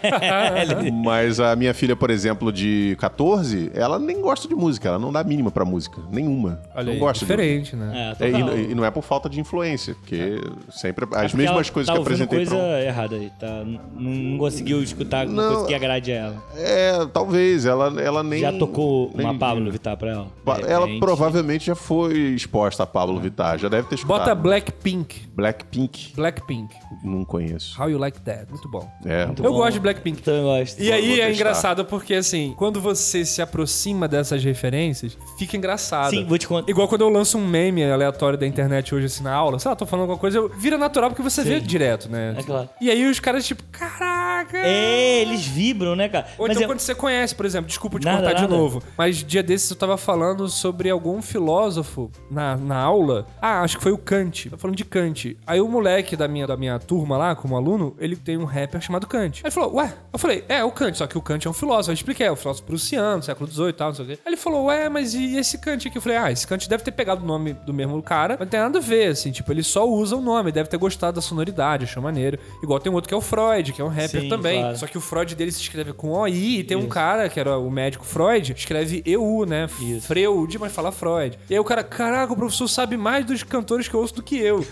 S3: É, Mas a minha filha, por exemplo, de 14, ela nem gosta de música, ela não dá mínima pra música. Nenhuma.
S2: Olha
S3: não
S2: aí,
S3: gosto de
S2: diferente, né?
S1: É,
S3: É, e,
S1: total.
S3: e- e não é por falta de influência, porque sempre
S1: É
S3: as
S1: porque
S3: mesmas
S1: ela
S3: coisas
S1: tá
S3: que
S1: ouvindo
S3: apresentei
S1: coisa
S3: pra um-
S1: errada aí, tá? Não, não conseguiu escutar alguma
S3: Não.
S1: coisa que agrade a ela.
S3: É, talvez, ela, ela nem...
S1: Já tocou
S3: nem-
S1: uma Pablo Vittar pra ela?
S3: Pa-
S1: De
S3: Ela
S1: repente.
S3: provavelmente já foi exposta a Pablo Vittar, já deve ter escutado.
S2: Bota Blackpink.
S3: Blackpink,
S2: Blackpink.
S3: não conheço.
S2: How you like that? Muito bom.
S3: É,
S1: Muito
S2: Eu
S1: bom.
S2: gosto de Blackpink.
S1: Então eu gosto.
S2: E aí é
S3: testar.
S2: engraçado porque, assim, quando você se aproxima dessas referências, fica engraçado.
S1: Sim, vou te contar.
S2: Igual quando eu lanço um meme aleatório da internet hoje, assim, na aula, sei lá, tô falando alguma coisa, eu... vira natural porque você vê direto, né?
S1: É claro.
S2: E aí os caras, tipo, caraca!
S1: É, eles vibram, né, cara?
S2: Ou
S1: Mas
S2: então
S1: é-
S2: quando você conhece, por exemplo, desculpa te
S1: Nada,
S2: cortar de
S1: nada.
S2: novo, mas dia desses eu tava falando sobre algum filósofo na, na aula. Ah, acho que foi o Kant. Tava falando de Kant. Aí o moleque da minha, da minha turma lá, como aluno, ele tem um rapper chamado Kant. Aí ele falou, ué? Eu falei, é, o Kant, só que o Kant é um filósofo. Eu expliquei, é um filósofo prussiano, século XVIII e tal, não sei o quê. Aí ele falou, ué, mas e esse Kant aqui? Eu falei, ah, esse Kant deve ter pegado o nome do mesmo cara, mas não tem nada a ver, assim, tipo, ele só usa o nome, deve ter gostado da sonoridade, achou maneiro. Igual tem um outro que é o Freud, que é um rapper
S1: Sim,
S2: também.
S1: claro.
S2: Só que o Freud dele se escreve com OI e tem um cara, que era o médico Freud, escreve EU, né? Freud, mas fala Freud. E aí o cara, caraca, o professor sabe mais dos cantores que eu ouço do que eu.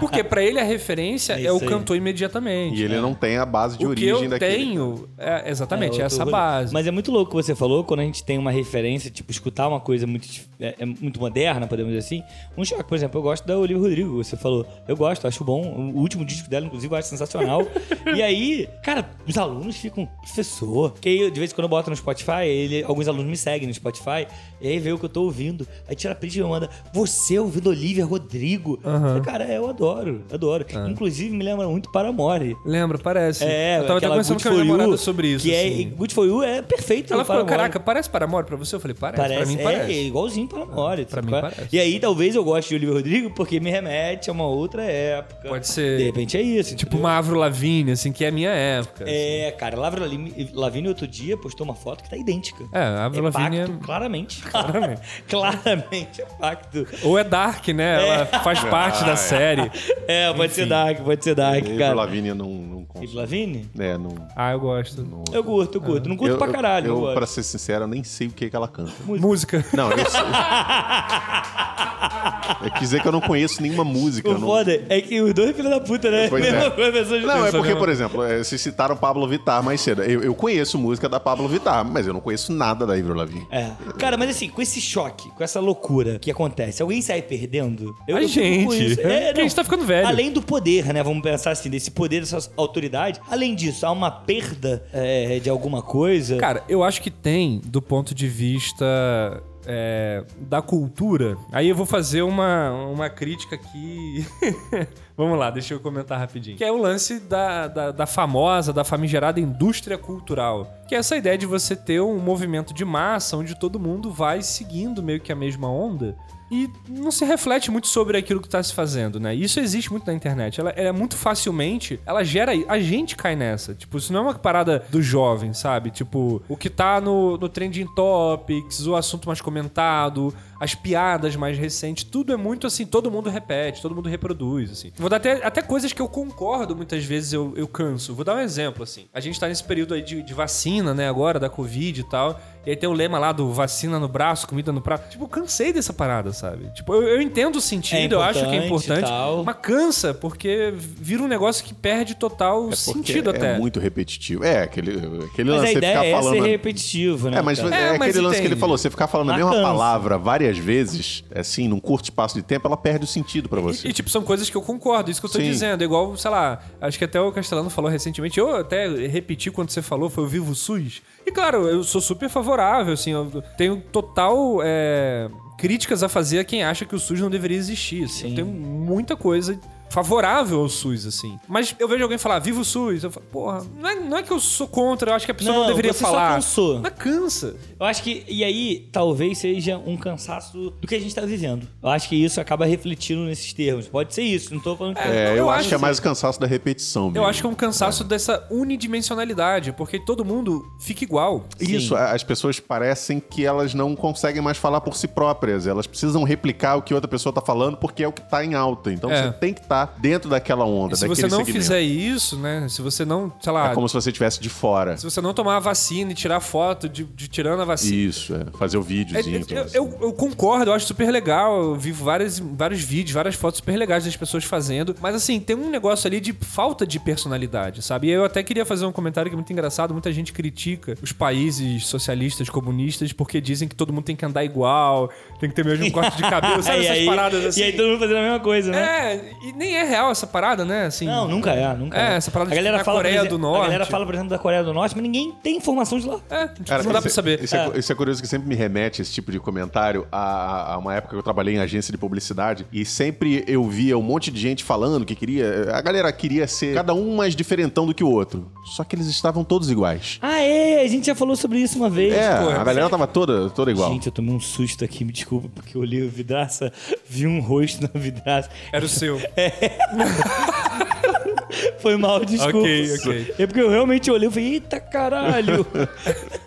S2: Porque pra ele a referência
S1: É
S2: é,
S1: isso
S2: o
S1: aí. é
S2: cantor imediatamente.
S3: E ele não tem a base de
S2: o que
S3: origem
S2: eu
S3: daquele.
S2: tenho, é, exatamente, é,
S1: outro
S2: essa
S1: rolê.
S2: base.
S1: Mas é muito louco o que você falou, quando a gente tem uma referência, tipo, escutar uma coisa muito, dif- é, é muito moderna, podemos dizer assim. Um choque, por exemplo, eu gosto da Olivia Rodrigo, você falou. Eu gosto, acho bom. O último disco dela, inclusive, eu acho sensacional. e aí, cara, os alunos ficam, professor. Porque aí, de vez em quando eu boto no Spotify, ele, alguns alunos me seguem no Spotify, e aí vê o que eu tô ouvindo. Aí tira a print e me manda, você ouvindo Olivia Rodrigo. Eu falei, Cara, eu adoro, adoro.
S2: Ah.
S1: Inclusive, me lembra muito Paramore.
S2: Lembra, parece.
S1: É,
S2: eu tava até
S1: aquela
S2: conversando
S1: Good
S2: com a minha
S1: For You,
S2: namorada sobre isso.
S1: Que
S2: assim.
S1: é, Good For You é perfeito.
S2: Ela
S1: no
S2: falou,
S1: Paramore.
S2: caraca, parece Paramore pra você? Eu falei, parece.
S1: Parece,
S2: pra mim
S1: é,
S2: parece.
S1: é igualzinho para Paramore.
S2: pra
S1: sabe
S2: mim
S1: qual é?
S2: parece.
S1: E aí talvez eu goste de Olivia Rodrigo porque me remete a uma outra época.
S2: Pode ser.
S1: De repente é isso.
S2: Tipo
S1: entendeu?
S2: uma Avro Lavigne, assim, que é a minha época.
S1: É, cara, Lavra Lim- Lavigne outro dia postou uma foto que tá idêntica.
S2: É, a Avril Lavigne
S1: pacto,
S2: é-
S1: claramente.
S2: Claramente.
S1: claramente é pacto.
S2: Ou é Dark, né? Ela faz parte
S3: Ah, é.
S2: da série.
S1: É, pode ser Dark, pode ser Dark,
S3: Avril
S1: cara.
S3: Lavigne eu não, não
S1: Avril
S3: consigo.
S1: Lavigne?
S3: É, não...
S2: Ah, eu gosto.
S1: Eu curto, eu curto. Não curto pra caralho.
S3: Eu,
S1: eu
S3: pra
S1: gosto.
S3: ser sincero, eu nem sei o que, que ela canta.
S2: Música.
S3: Não, eu sei. É quer dizer que eu não conheço nenhuma música.
S1: O
S3: eu não-
S1: foda é que os dois é filha da puta, né?
S3: Pois é.
S1: Mesma coisa, pessoas
S3: Não, é
S2: Pensa
S3: porque,
S2: mesmo.
S3: por exemplo, eh, vocês citaram Pablo Vittar mais cedo. Eu, eu conheço música da Pablo Vittar, mas eu não conheço nada da Avril Lavigne.
S1: É. Cara, mas assim, com esse choque, com essa loucura que acontece, alguém sai perdendo?
S2: A
S1: fico com
S2: gente.
S1: isso. É,
S2: Porque a
S1: não.
S2: gente tá ficando velho.
S1: Além do poder, né? Vamos pensar assim, desse poder, dessa autoridade. Além disso, há uma perda é, de alguma coisa.
S2: Cara, eu acho que tem do ponto de vista é, da cultura. Aí eu vou fazer uma, uma crítica aqui. Vamos lá, deixa eu comentar rapidinho. Que é o lance da, da, da famosa, da famigerada indústria cultural. Que é essa ideia de você ter um movimento de massa onde todo mundo vai seguindo meio que a mesma onda. E não se reflete muito sobre aquilo que tá se fazendo, né? Isso existe muito na internet. Ela, ela é muito facilmente. Ela gera. A gente cai nessa. Tipo, isso não é uma parada do jovem, sabe? Tipo, o que tá no, no trending topics, o assunto mais comentado, as piadas mais recentes, tudo é muito assim, todo mundo repete, todo mundo reproduz, assim. Vou dar até, até coisas que eu concordo, muitas vezes eu, eu canso. Vou dar um exemplo, assim. A gente tá nesse período aí de, de vacina, né, agora, da Covid e tal. E aí tem o lema lá do vacina no braço, comida no prato. Tipo, eu cansei dessa parada, sabe? Tipo, eu, eu entendo o sentido, eu acho que
S1: importante
S2: é
S1: e
S2: importante.
S1: tal.
S2: Mas cansa, porque vira um negócio que perde total
S3: É porque
S2: sentido
S3: é
S2: até.
S3: muito repetitivo. É, aquele, aquele
S1: mas
S3: lance
S1: a
S3: de
S1: ideia
S3: ficar
S1: é
S3: falando.
S1: ser repetitivo, né?
S3: É, mas
S1: cara?
S3: é,
S2: É,
S3: aquele
S2: mas
S3: lance que ele
S2: entende.
S3: falou. Você ficar falando a
S1: Mas
S3: mesma
S1: cansa.
S3: palavra várias vezes, assim, num curto espaço de tempo, ela perde o sentido pra você.
S2: E, tipo, são coisas que eu concordo, isso que eu tô
S3: assim. Sim.
S2: dizendo. É Igual, sei lá, acho que até o Castelano falou recentemente, eu até repeti quando você falou, foi o Vivo SUS. E claro, eu sou super favorável, assim, eu tenho total é, críticas a fazer a quem acha que o SUS não deveria existir. Assim, eu tenho muita coisa favorável ao SUS, assim. Mas eu vejo alguém falar, viva o SUS. Eu falo, porra, não é, não é que eu sou contra, eu acho que a pessoa não,
S1: Não,
S2: deveria
S1: você só
S2: falar.
S1: cansou.
S2: Mas cansa.
S1: Eu acho que, e aí, talvez seja um cansaço do que a gente tá vivendo. Eu acho que isso acaba refletindo nesses termos. Pode ser isso, não tô falando que
S3: É,
S2: Não,
S3: eu,
S2: eu
S3: acho
S2: acho
S3: que é
S2: que-
S3: mais o cansaço da repetição mesmo.
S2: Eu acho que é um cansaço dessa unidimensionalidade, porque todo mundo fica igual.
S3: Isso, a- as pessoas parecem que elas não conseguem mais falar por si próprias. Elas precisam replicar o que outra pessoa tá falando porque é o que tá em alta. Então
S2: É.
S3: você tem que estar estar dentro daquela onda,
S2: se
S3: daquele
S2: você não
S3: segmento.
S2: fizer isso, né? Se você não, sei lá,
S3: É como se você estivesse de fora.
S2: se você não tomar a vacina e tirar foto de, de tirando a vacina.
S3: Isso, é. Fazer o
S2: É,
S3: videozinho.
S2: é,
S3: tudo
S2: eu,
S3: assim.
S2: eu, eu concordo, eu acho super legal. Eu vi vários, vários vídeos, várias fotos super legais das pessoas fazendo. Mas assim, tem um negócio ali de falta de personalidade, sabe? E eu até queria fazer um comentário que é muito engraçado. Muita gente critica os países socialistas, comunistas, porque dizem que todo mundo tem que andar igual, tem que ter o mesmo corte de cabelo, sabe?
S1: e,
S2: essas
S1: aí,
S2: paradas assim.
S1: e aí todo mundo fazendo a mesma coisa, né?
S2: É, e nem é real essa parada, né? Assim,
S1: Não, nunca é, nunca
S2: É, essa parada
S1: a
S2: de
S1: galera
S2: da
S1: fala, por
S2: Coreia
S1: exemplo-
S2: do Norte.
S1: A galera fala, por exemplo, da Coreia do Norte, mas ninguém tem informação de lá.
S2: É, tipo,
S3: Cara,
S2: não dá
S3: isso
S2: pra
S3: é-
S2: saber.
S3: Isso é, cu- isso é curioso que sempre me remete esse tipo de comentário a, a uma época que eu trabalhei em agência de publicidade e sempre eu via um monte de gente falando que queria. A galera queria ser cada um mais diferentão do que o outro. Só que eles estavam todos iguais.
S1: Ah, é, a gente já falou sobre isso uma vez.
S3: É,
S2: pô,
S3: a galera tava toda, toda igual.
S1: Gente, eu tomei um susto aqui, me desculpa, porque eu olhei o vidraça, vi um rosto na vidraça.
S2: Era o seu.
S1: Foi mal, desculpa.
S2: Ok, ok.
S1: É porque eu realmente olhei e falei, eita caralho.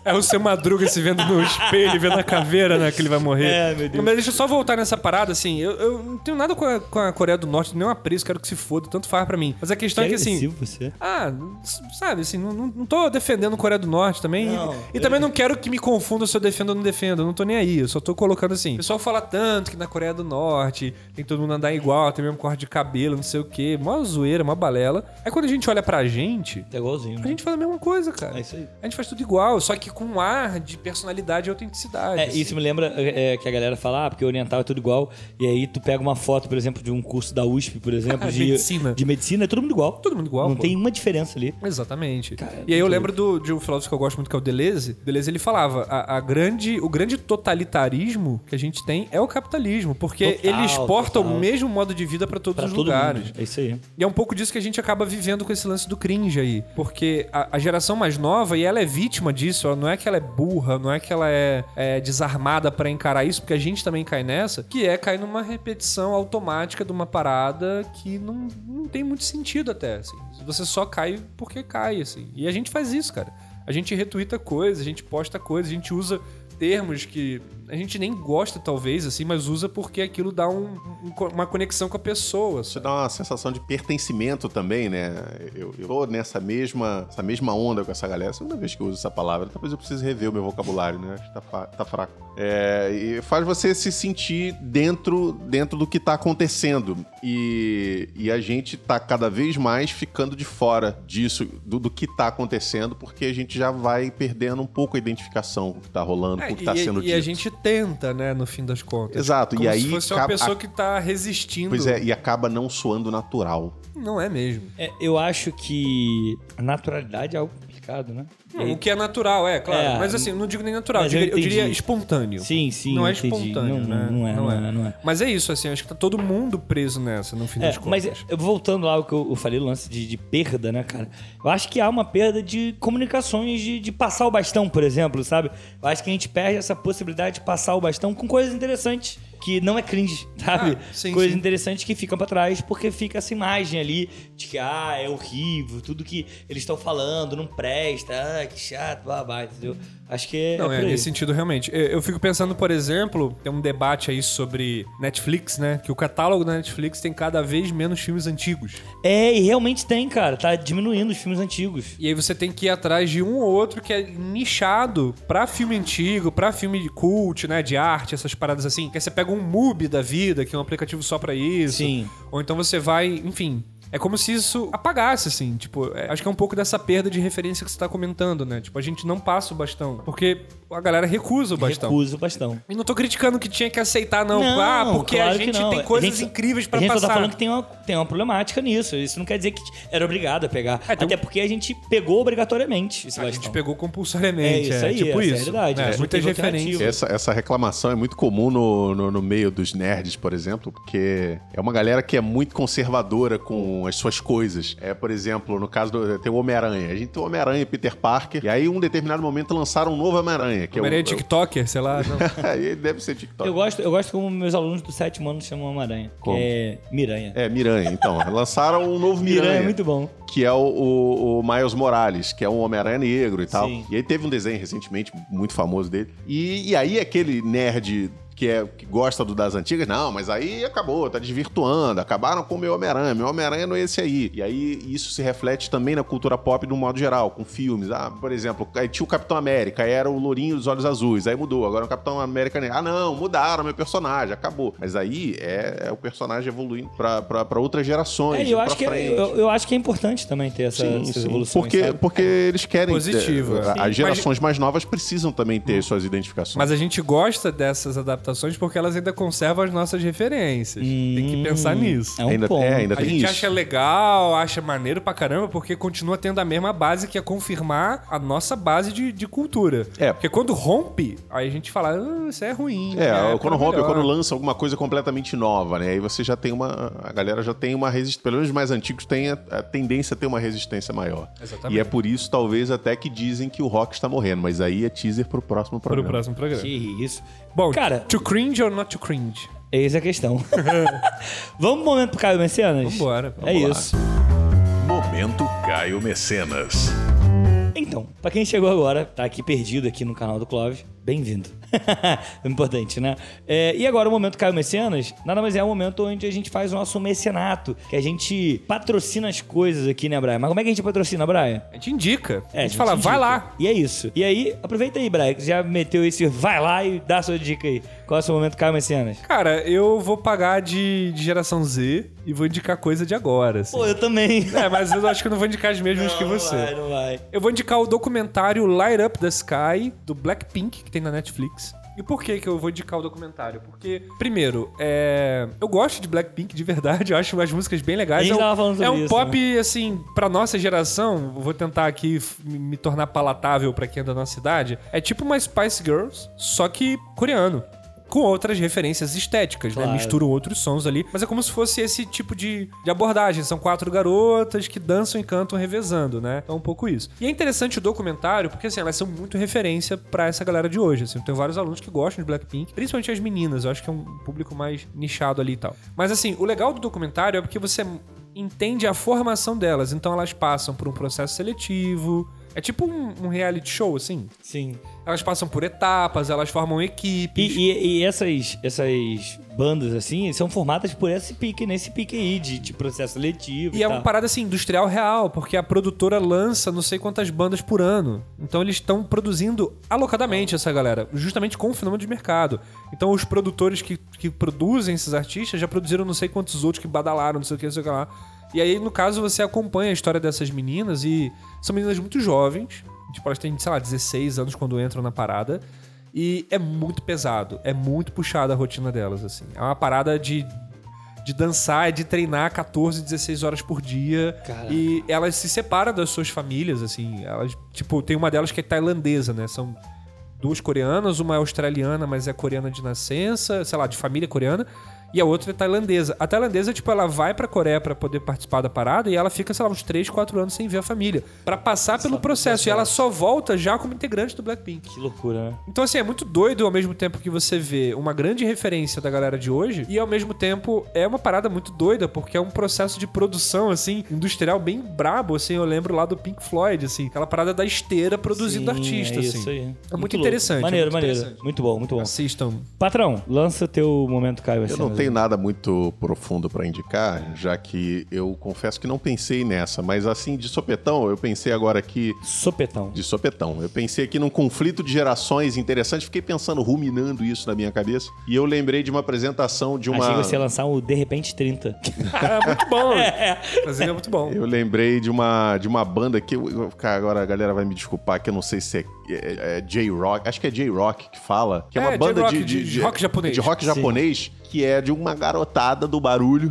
S2: É o seu Madruga se vendo no espelho, vendo a caveira, né? Que ele vai morrer.
S1: É, meu Deus.
S2: Mas deixa eu só voltar nessa parada, assim. Eu, eu não tenho nada com a, com a Coreia do Norte, nenhum apreço, quero que se foda, tanto faz pra mim. Mas a questão é que, assim.
S1: agressivo você.
S2: Ah, s- sabe, assim, não, não, não tô defendendo a Coreia do Norte também. e-
S1: Não.
S2: e também não quero que me confunda se eu defendo ou não defendo. Eu não tô nem aí. Eu só tô colocando assim. O pessoal fala tanto que na Coreia do Norte tem todo mundo andar igual, tem o mesmo corte de cabelo, não sei o quê. Mó zoeira, mó balela. Aí quando a gente olha pra gente,
S1: Tá igualzinho.
S2: a gente faz a mesma coisa, cara.
S1: É isso aí.
S2: A gente faz tudo igual, só que com um ar de personalidade e autenticidade. assim.
S1: É, isso me lembra é, é, que a galera fala, ah, porque oriental é tudo igual. E aí tu pega uma foto, por exemplo, de um curso da USP, por exemplo, de,
S2: Medicina.
S1: de medicina, é todo mundo igual.
S2: Todo mundo igual,
S1: Não
S2: pô.
S1: tem é uma diferença ali.
S2: Exatamente. e aí eu lembro do, de um filósofo que eu gosto muito, que é o Deleuze. Deleuze, ele falava, a, a grande, o grande totalitarismo que a gente tem é o capitalismo, porque
S1: Total,
S2: ele exporta
S1: total.
S2: o mesmo modo de vida pra todos
S1: Pra
S2: os
S1: todo
S2: lugares.
S1: mundo. É isso aí.
S2: E é um pouco disso que a gente acaba vivendo com esse lance do cringe aí. Porque a, a geração mais nova, e ela é vítima disso, ela não é que ela é burra, não é que ela é, é, desarmada pra encarar isso, porque a gente também cai nessa, que é cair numa repetição automática de uma parada que não, não tem muito sentido até, assim. Você só cai porque cai, assim. E a gente faz isso, cara. A gente retuita coisas, a gente posta coisas, a gente usa termos que a gente nem gosta, talvez, assim, mas usa porque aquilo dá um- um co- uma conexão com a pessoa.
S3: Isso dá uma sensação de pertencimento também, né? Eu, eu tô nessa mesma, essa mesma onda com essa galera. É a segunda vez que eu uso essa palavra. Talvez eu precise rever o meu vocabulário, né? Acho que tá, fa- tá fraco. É, e faz você se sentir dentro, dentro do que tá acontecendo. E, e a gente tá cada vez mais ficando de fora disso, do, do que tá acontecendo, porque a gente já vai perdendo um pouco a identificação com o que tá rolando,
S2: É,
S3: com o que tá
S2: e,
S3: sendo
S2: e
S3: dito.
S2: a gente tenta, né, no fim das contas.
S3: Exato.
S2: Como
S3: e aí
S2: se fosse
S3: acaba-
S2: uma pessoa que tá resistindo.
S3: Pois é, e acaba não soando natural.
S2: Não é mesmo.
S1: É, eu acho que a naturalidade é algo complicado, né?
S2: Não, o que é natural, é, claro.
S1: É,
S2: mas assim, não digo nem natural, eu
S1: mas eu
S2: diria, eu
S1: entendi.
S2: diria espontâneo.
S1: Sim, sim,
S2: não é
S1: entendi.
S2: espontâneo,
S1: não,
S2: né?
S1: não, não é, não é, não é.
S2: Mas é isso, assim, acho que tá todo mundo preso nessa, no fim
S1: É,
S2: das contas.
S1: mas eu- voltando lá ao que eu eu falei, o lance de, de perda, né, cara? Eu acho que há uma perda de comunicações, de, de passar o bastão, por exemplo, sabe? Eu acho que a gente perde essa possibilidade de passar o bastão com coisas interessantes, que não é cringe, sabe?
S2: Ah, sim,
S1: coisas
S2: sim.
S1: interessantes que ficam pra trás, porque fica essa imagem ali de que, ah, é horrível, tudo que eles estão falando não presta, ah, que chato, babá, entendeu? Acho que é.
S2: Não,
S1: por
S2: é,
S1: aí.
S2: nesse sentido, realmente. Eu, eu fico pensando, por exemplo, tem um debate aí sobre Netflix, né? Que o catálogo da Netflix tem cada vez menos filmes antigos.
S1: É, e realmente tem, cara. Tá diminuindo os filmes antigos.
S2: E aí você tem que ir atrás de um ou outro que é nichado pra filme antigo, pra filme de cult, né? De arte, essas paradas assim. Que aí você pega um MUBI da vida, que é um aplicativo só pra isso.
S1: Sim.
S2: Ou então você vai, enfim. É como se isso apagasse, assim. Tipo, é- acho que é um pouco dessa perda de referência que você tá comentando, né? Tipo, a gente não passa o bastão. Porque a galera recusa o bastão.
S1: Recusa o bastão.
S2: E não tô criticando que tinha que aceitar, não. ah, porque
S1: claro
S2: a
S1: que
S2: gente
S1: não.
S2: tem coisas
S1: A gente-
S2: incríveis pra
S1: A gente
S2: passar.
S1: só tá falando que tem uma, tem uma problemática nisso. Isso não quer dizer que era obrigado a pegar.
S2: É, tem
S1: Até porque a gente pegou obrigatoriamente esse
S2: A
S1: bastão.
S2: gente pegou compulsoriamente.
S1: É isso aí,
S2: tipo
S1: essa é a
S2: isso.
S1: realidade, a gente
S2: muitas
S1: não teve
S2: referências.
S3: Essa, essa reclamação é muito comum no, no, no meio dos nerds, por exemplo, porque é uma galera que é muito conservadora com as suas coisas. É, por exemplo, no caso do. Tem o Homem-Aranha. A gente tem o Homem-Aranha e Peter Parker. E aí, em um determinado momento, lançaram um novo Homem-Aranha. Que é o-
S2: Homem-Aranha é TikToker, sei lá. não.
S3: Ele deve ser TikTok.
S1: Eu gosto, eu gosto como meus alunos do sétimo ano chamam Amaranha. que
S3: Como?
S1: É Miranha.
S3: É, Miranha, então. Lançaram um novo Miranha.
S1: Miranha é muito bom.
S3: que é o, o- o Miles Morales, que é um Homem-Aranha negro e tal.
S1: Sim.
S3: E aí teve um desenho recentemente muito famoso dele. E, e aí aquele nerd que, é, que gosta do das antigas, não, mas aí acabou, tá desvirtuando, acabaram com o meu Homem-Aranha, meu Homem-Aranha não é esse aí. E aí isso se reflete também na cultura pop de um modo geral, com filmes. Ah, por exemplo, aí tinha o Capitão América, aí era o Lourinho dos Olhos Azuis, aí mudou, agora é o Capitão América. Ah, não, mudaram meu personagem, acabou. Mas aí é, é o personagem evoluindo pra, pra, pra outras gerações.
S1: É, eu,
S3: pra
S1: acho que é,
S3: frente.
S1: eu, eu acho que é importante também ter essa,
S3: Sim,
S1: essas
S3: sim.
S1: evoluções.
S3: Porque,
S1: sabe?
S3: porque eles querem.
S2: Positivo,
S3: ter-
S2: é. Sim,
S3: as
S2: mas-
S3: gerações mais novas precisam também ter suas identificações.
S2: Mas a gente gosta dessas adaptações porque elas ainda conservam as nossas referências. Tem que pensar nisso.
S1: É um
S3: ainda,
S1: ponto.
S3: Hum. é, ainda
S2: A
S3: tem
S2: gente
S3: isso.
S2: acha legal, acha maneiro pra caramba, porque continua tendo a mesma base que é confirmar a nossa base de, de cultura.
S3: É.
S2: Porque quando rompe, aí a gente fala, "Ah, isso é ruim.
S3: É,
S2: né?
S3: quando
S2: Era
S3: rompe,
S2: melhor."
S3: quando lança alguma coisa completamente nova, né? Aí você já tem uma. A galera já tem uma resistência. Pelo menos os mais antigos têm a, a tendência a ter uma resistência maior.
S2: Exatamente.
S3: E é por isso, talvez, até que dizem que o rock está morrendo. Mas aí é teaser pro próximo
S2: Para o
S3: programa.
S2: próximo programa.
S1: Que isso.
S2: Bom,
S1: Cara-
S2: to cringe or not to cringe?
S1: Eis a questão. Vamos um momento pro Caio Mecenas?
S2: Vambora,
S1: é
S3: vamos lá.
S1: isso.
S4: Momento Caio Mecenas.
S1: Então, pra quem chegou agora, tá aqui perdido aqui no canal do Clóvis, bem-vindo. Importante, né? É, e agora o momento Caio Mecenas, nada mais é o momento onde a gente faz o nosso mecenato, que a gente patrocina as coisas aqui, né, Brian? Mas como é que a gente patrocina, Brian?
S2: A gente indica.
S1: É,
S2: a, gente fala,
S1: indica.
S2: vai lá.
S1: E é isso. E aí, aproveita aí, Brian, que já meteu esse vai lá e dá a sua dica aí. Qual é o seu momento Caio Mecenas?
S2: Cara, eu vou pagar de, de geração Z e vou indicar coisa de agora. assim.
S1: Pô, eu também.
S2: É, mas eu acho que eu não vou indicar as mesmas que você.
S1: Não vai, não vai.
S2: Eu vou indicar o documentário Light Up the Sky, do Blackpink, que tem na Netflix. E por que, que eu vou indicar o documentário? Porque, primeiro, é... eu gosto de Blackpink de verdade, eu acho as músicas bem legais.
S1: A gente
S2: é um,
S1: tava falando sobre
S2: é um
S1: isso, né?
S2: pop, assim, pra nossa geração, vou tentar aqui f- me tornar palatável pra quem é da nossa idade. É tipo uma Spice Girls, só que coreano. Com outras referências estéticas, né?
S1: Claro.
S2: Mistura misturam outros sons ali. Mas é como se fosse esse tipo de, de abordagem. São quatro garotas que dançam e cantam revezando, né? É um pouco isso. E é interessante o documentário, porque assim, elas são muito referência pra essa galera de hoje. Assim, eu tenho vários alunos que gostam de Blackpink, principalmente as meninas. Eu acho que é um público mais nichado ali e tal. Mas assim, o legal do documentário é porque você entende a formação delas. Então elas passam por um processo seletivo. É tipo um, um reality show, assim.
S1: Sim.
S2: Elas passam por etapas, elas formam
S1: E,
S2: equipes.
S1: e- e essas, essas bandas, assim, são formadas por esse pique, nesse pique aí de, de processo seletivo.
S2: E é
S1: tal.
S2: uma parada assim, industrial real, porque a produtora lança não sei quantas bandas por ano. Então eles estão produzindo alocadamente essa galera, justamente com o fenômeno de mercado. Então os produtores que, que produzem esses artistas já produziram não sei quantos outros que badalaram, não sei o que, não sei o que lá. E aí, no caso, você acompanha a história dessas meninas e são meninas muito jovens. Tipo, elas têm, sei lá, 16 anos quando entram na parada. E é muito pesado, é muito puxada a rotina delas, assim. É uma parada de, de dançar, de treinar 14, 16 horas por dia.
S1: Caraca.
S2: E elas se separam das suas famílias, assim. Elas, tipo, tem uma delas que é tailandesa, né? São duas coreanas, uma é australiana, mas é coreana de nascença, sei lá, de família coreana. E a outra é tailandesa. A tailandesa, tipo, ela vai pra Coreia pra poder participar da parada e ela fica, sei lá, uns 3, 4 anos sem ver a família. Pra passar pelo processo. E ela só volta já como integrante do Blackpink.
S1: Que loucura, né?
S2: Então, assim, é muito doido ao mesmo tempo que você vê uma grande referência da galera de hoje, e ao mesmo tempo é uma parada muito doida, porque é um processo de produção, assim, industrial bem brabo, assim. Eu lembro lá do Pink Floyd, assim, aquela parada da esteira produzindo
S1: Sim,
S2: artista,
S1: é
S2: assim.
S1: Isso aí.
S2: É muito
S1: louco.
S2: interessante, é
S1: Maneiro,
S2: muito
S1: maneiro.
S2: interessante.
S1: Muito bom, muito bom.
S2: Assistam.
S1: Patrão, lança teu momento Caio assim,
S3: Eu
S1: Mecenas.
S3: não tenho nada muito profundo pra indicar, já que eu confesso que não pensei nessa, mas assim, de sopetão, eu pensei agora aqui
S1: Sopetão.
S3: De sopetão. Eu pensei aqui num conflito de gerações interessante, fiquei pensando, ruminando isso na minha cabeça. E eu lembrei de uma apresentação de
S1: Achei
S3: uma.
S1: que você ia lançar o De Repente 30.
S2: Ah, é muito bom. Mas é muito bom.
S3: Eu lembrei de uma, de uma banda que. eu- eu- cara, agora a galera vai me desculpar, que eu não sei se é, é- é J-Rock. Acho que é J-Rock que fala. Que é,
S2: É,
S3: uma banda
S2: J-Rock
S3: de, de-
S2: de
S3: de-
S2: rock japonês.
S3: De rock
S1: Sim.
S3: japonês, que é de uma garotada do barulho.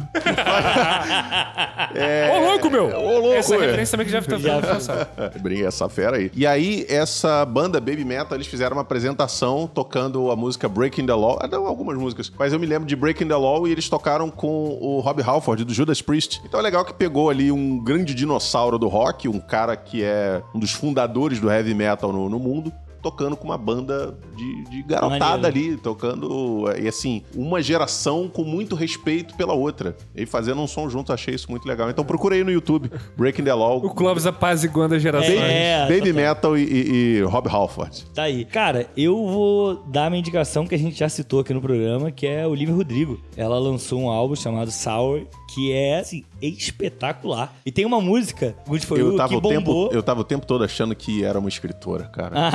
S2: Ô, louco, meu!
S3: é. Ô, louco,
S2: Essa
S3: é.
S2: referência também que já tá
S1: Já-
S2: já...
S3: Brinca essa fera aí. E aí, essa banda Baby Metal, eles fizeram uma apresentação tocando a música Breaking the Law. Ah, não, algumas músicas. Mas eu me lembro de Breaking the Law e eles tocaram com o Rob Halford, do Judas Priest. Então é legal que pegou ali um grande dinossauro do rock, um cara que é um dos fundadores do heavy metal no, no mundo. tocando com uma banda de, de garotada
S1: Maneiro.
S3: ali, tocando. E assim, uma geração com muito respeito pela outra. E fazendo um som junto, achei isso muito legal. Então procura aí no YouTube, Breaking the Law.
S2: O Clóvis apaziguando a geração.
S3: Baby,
S1: É,
S3: Baby
S1: total.
S3: Metal e, e- e Rob Halford.
S1: Tá aí. Cara, eu vou dar uma indicação que a gente já citou aqui no programa, que é Olivia Rodrigo. Ela lançou um álbum chamado Sour, que é, assim, espetacular. E tem uma música, Good For
S3: Eu
S1: You,
S3: tava,
S1: que
S3: o tempo,
S1: bombou. Ah.
S3: eu tava o tempo todo achando que era uma escritora, cara.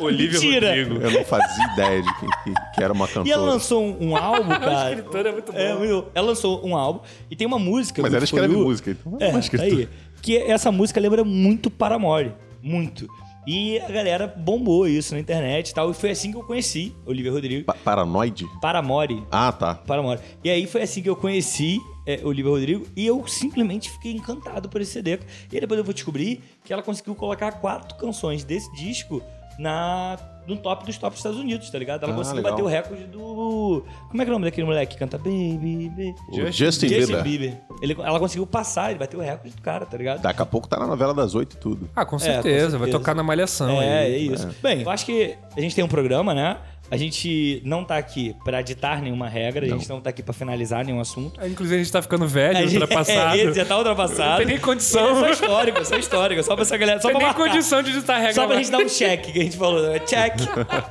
S2: Olivia
S1: Mentira.
S2: Rodrigo.
S3: Eu não fazia ideia de que, que- que era uma
S1: E ela
S3: cantora.
S1: lançou um, um álbum, cara.
S2: escritora é muito boa.
S1: muito- Ela lançou um álbum e tem uma música.
S3: Mas
S1: Good
S3: ela
S1: For
S3: escreve
S1: You,
S3: música, então é
S1: É,
S3: uma
S1: tá
S3: escritora.
S1: aí. Que essa música lembra muito Paramore. Muito. E a galera bombou isso na internet e tal. E foi assim que eu conheci Olivia Rodrigo.
S3: Pa- paranoide?
S1: Paramore.
S3: Ah, tá.
S1: Paramore. E aí foi assim que eu conheci é, Olivia Rodrigo e eu simplesmente fiquei encantado por esse CD. E aí depois eu vou descobrir que ela conseguiu colocar quatro canções desse disco na no top dos tops dos Estados Unidos, tá ligado? Ela
S3: Ah,
S1: conseguiu
S3: legal.
S1: bater o recorde do... Como é que é o nome daquele moleque que canta Baby, Baby?
S3: O Justin, Bieber.
S1: Ele, ela conseguiu passar, ele bateu o recorde do cara, tá ligado?
S3: Daqui a pouco tá na novela das oito e tudo.
S2: Ah, com
S1: É, com
S2: certeza. Vai
S1: certeza.
S2: tocar na malhação.
S1: É,
S2: aí.
S1: é isso. Bem, eu acho que a gente tem um programa, né? A gente não tá aqui pra ditar nenhuma regra, a gente não tá aqui pra finalizar nenhum assunto.
S2: Ah, Inclusive, a gente tá ficando velho,
S1: A gente-
S2: ultrapassado.
S1: É, esse já tá ultrapassado.
S2: Tem nem condição.
S1: Ele é só histórico, só histórico. Só pra essa galera. Só
S2: Tem
S1: pra
S2: nem
S1: marcar.
S2: condição de ditar regra.
S1: Só pra
S2: mais.
S1: gente dar um check que a gente falou. né? Check.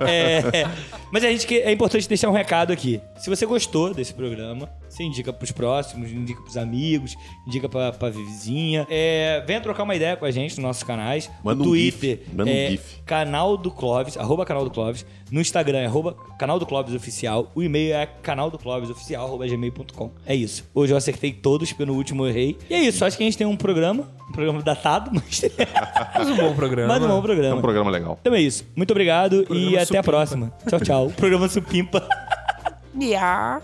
S1: É, é. Mas a gente que- é importante deixar um recado aqui. Se você gostou desse programa, você indica pros próximos, indica pros amigos, indica pra, pra vizinha. É, venha trocar uma ideia com a gente nos nossos canais.
S3: Manda
S1: no
S3: um
S1: Twitter.
S3: gif, manda um
S1: é,
S3: gif.
S1: Canal do Clóvis, arroba canal do Clóvis. No Instagram é arroba canal do Clóvis oficial. O e-mail é canal do Clóvis oficial, arroba gmail.com. É isso. Hoje eu acertei todos, pelo último eu errei. E é isso. Acho que a gente tem um programa, um programa datado, mas,
S2: Mais um bom programa.
S1: mas um bom
S3: É um
S1: programa.
S3: programa legal.
S1: Então é isso. Muito obrigado e
S2: Programa
S1: até a
S2: supimpa.
S1: próxima. Tchau, tchau. programa Supimpa.
S5: Yeah.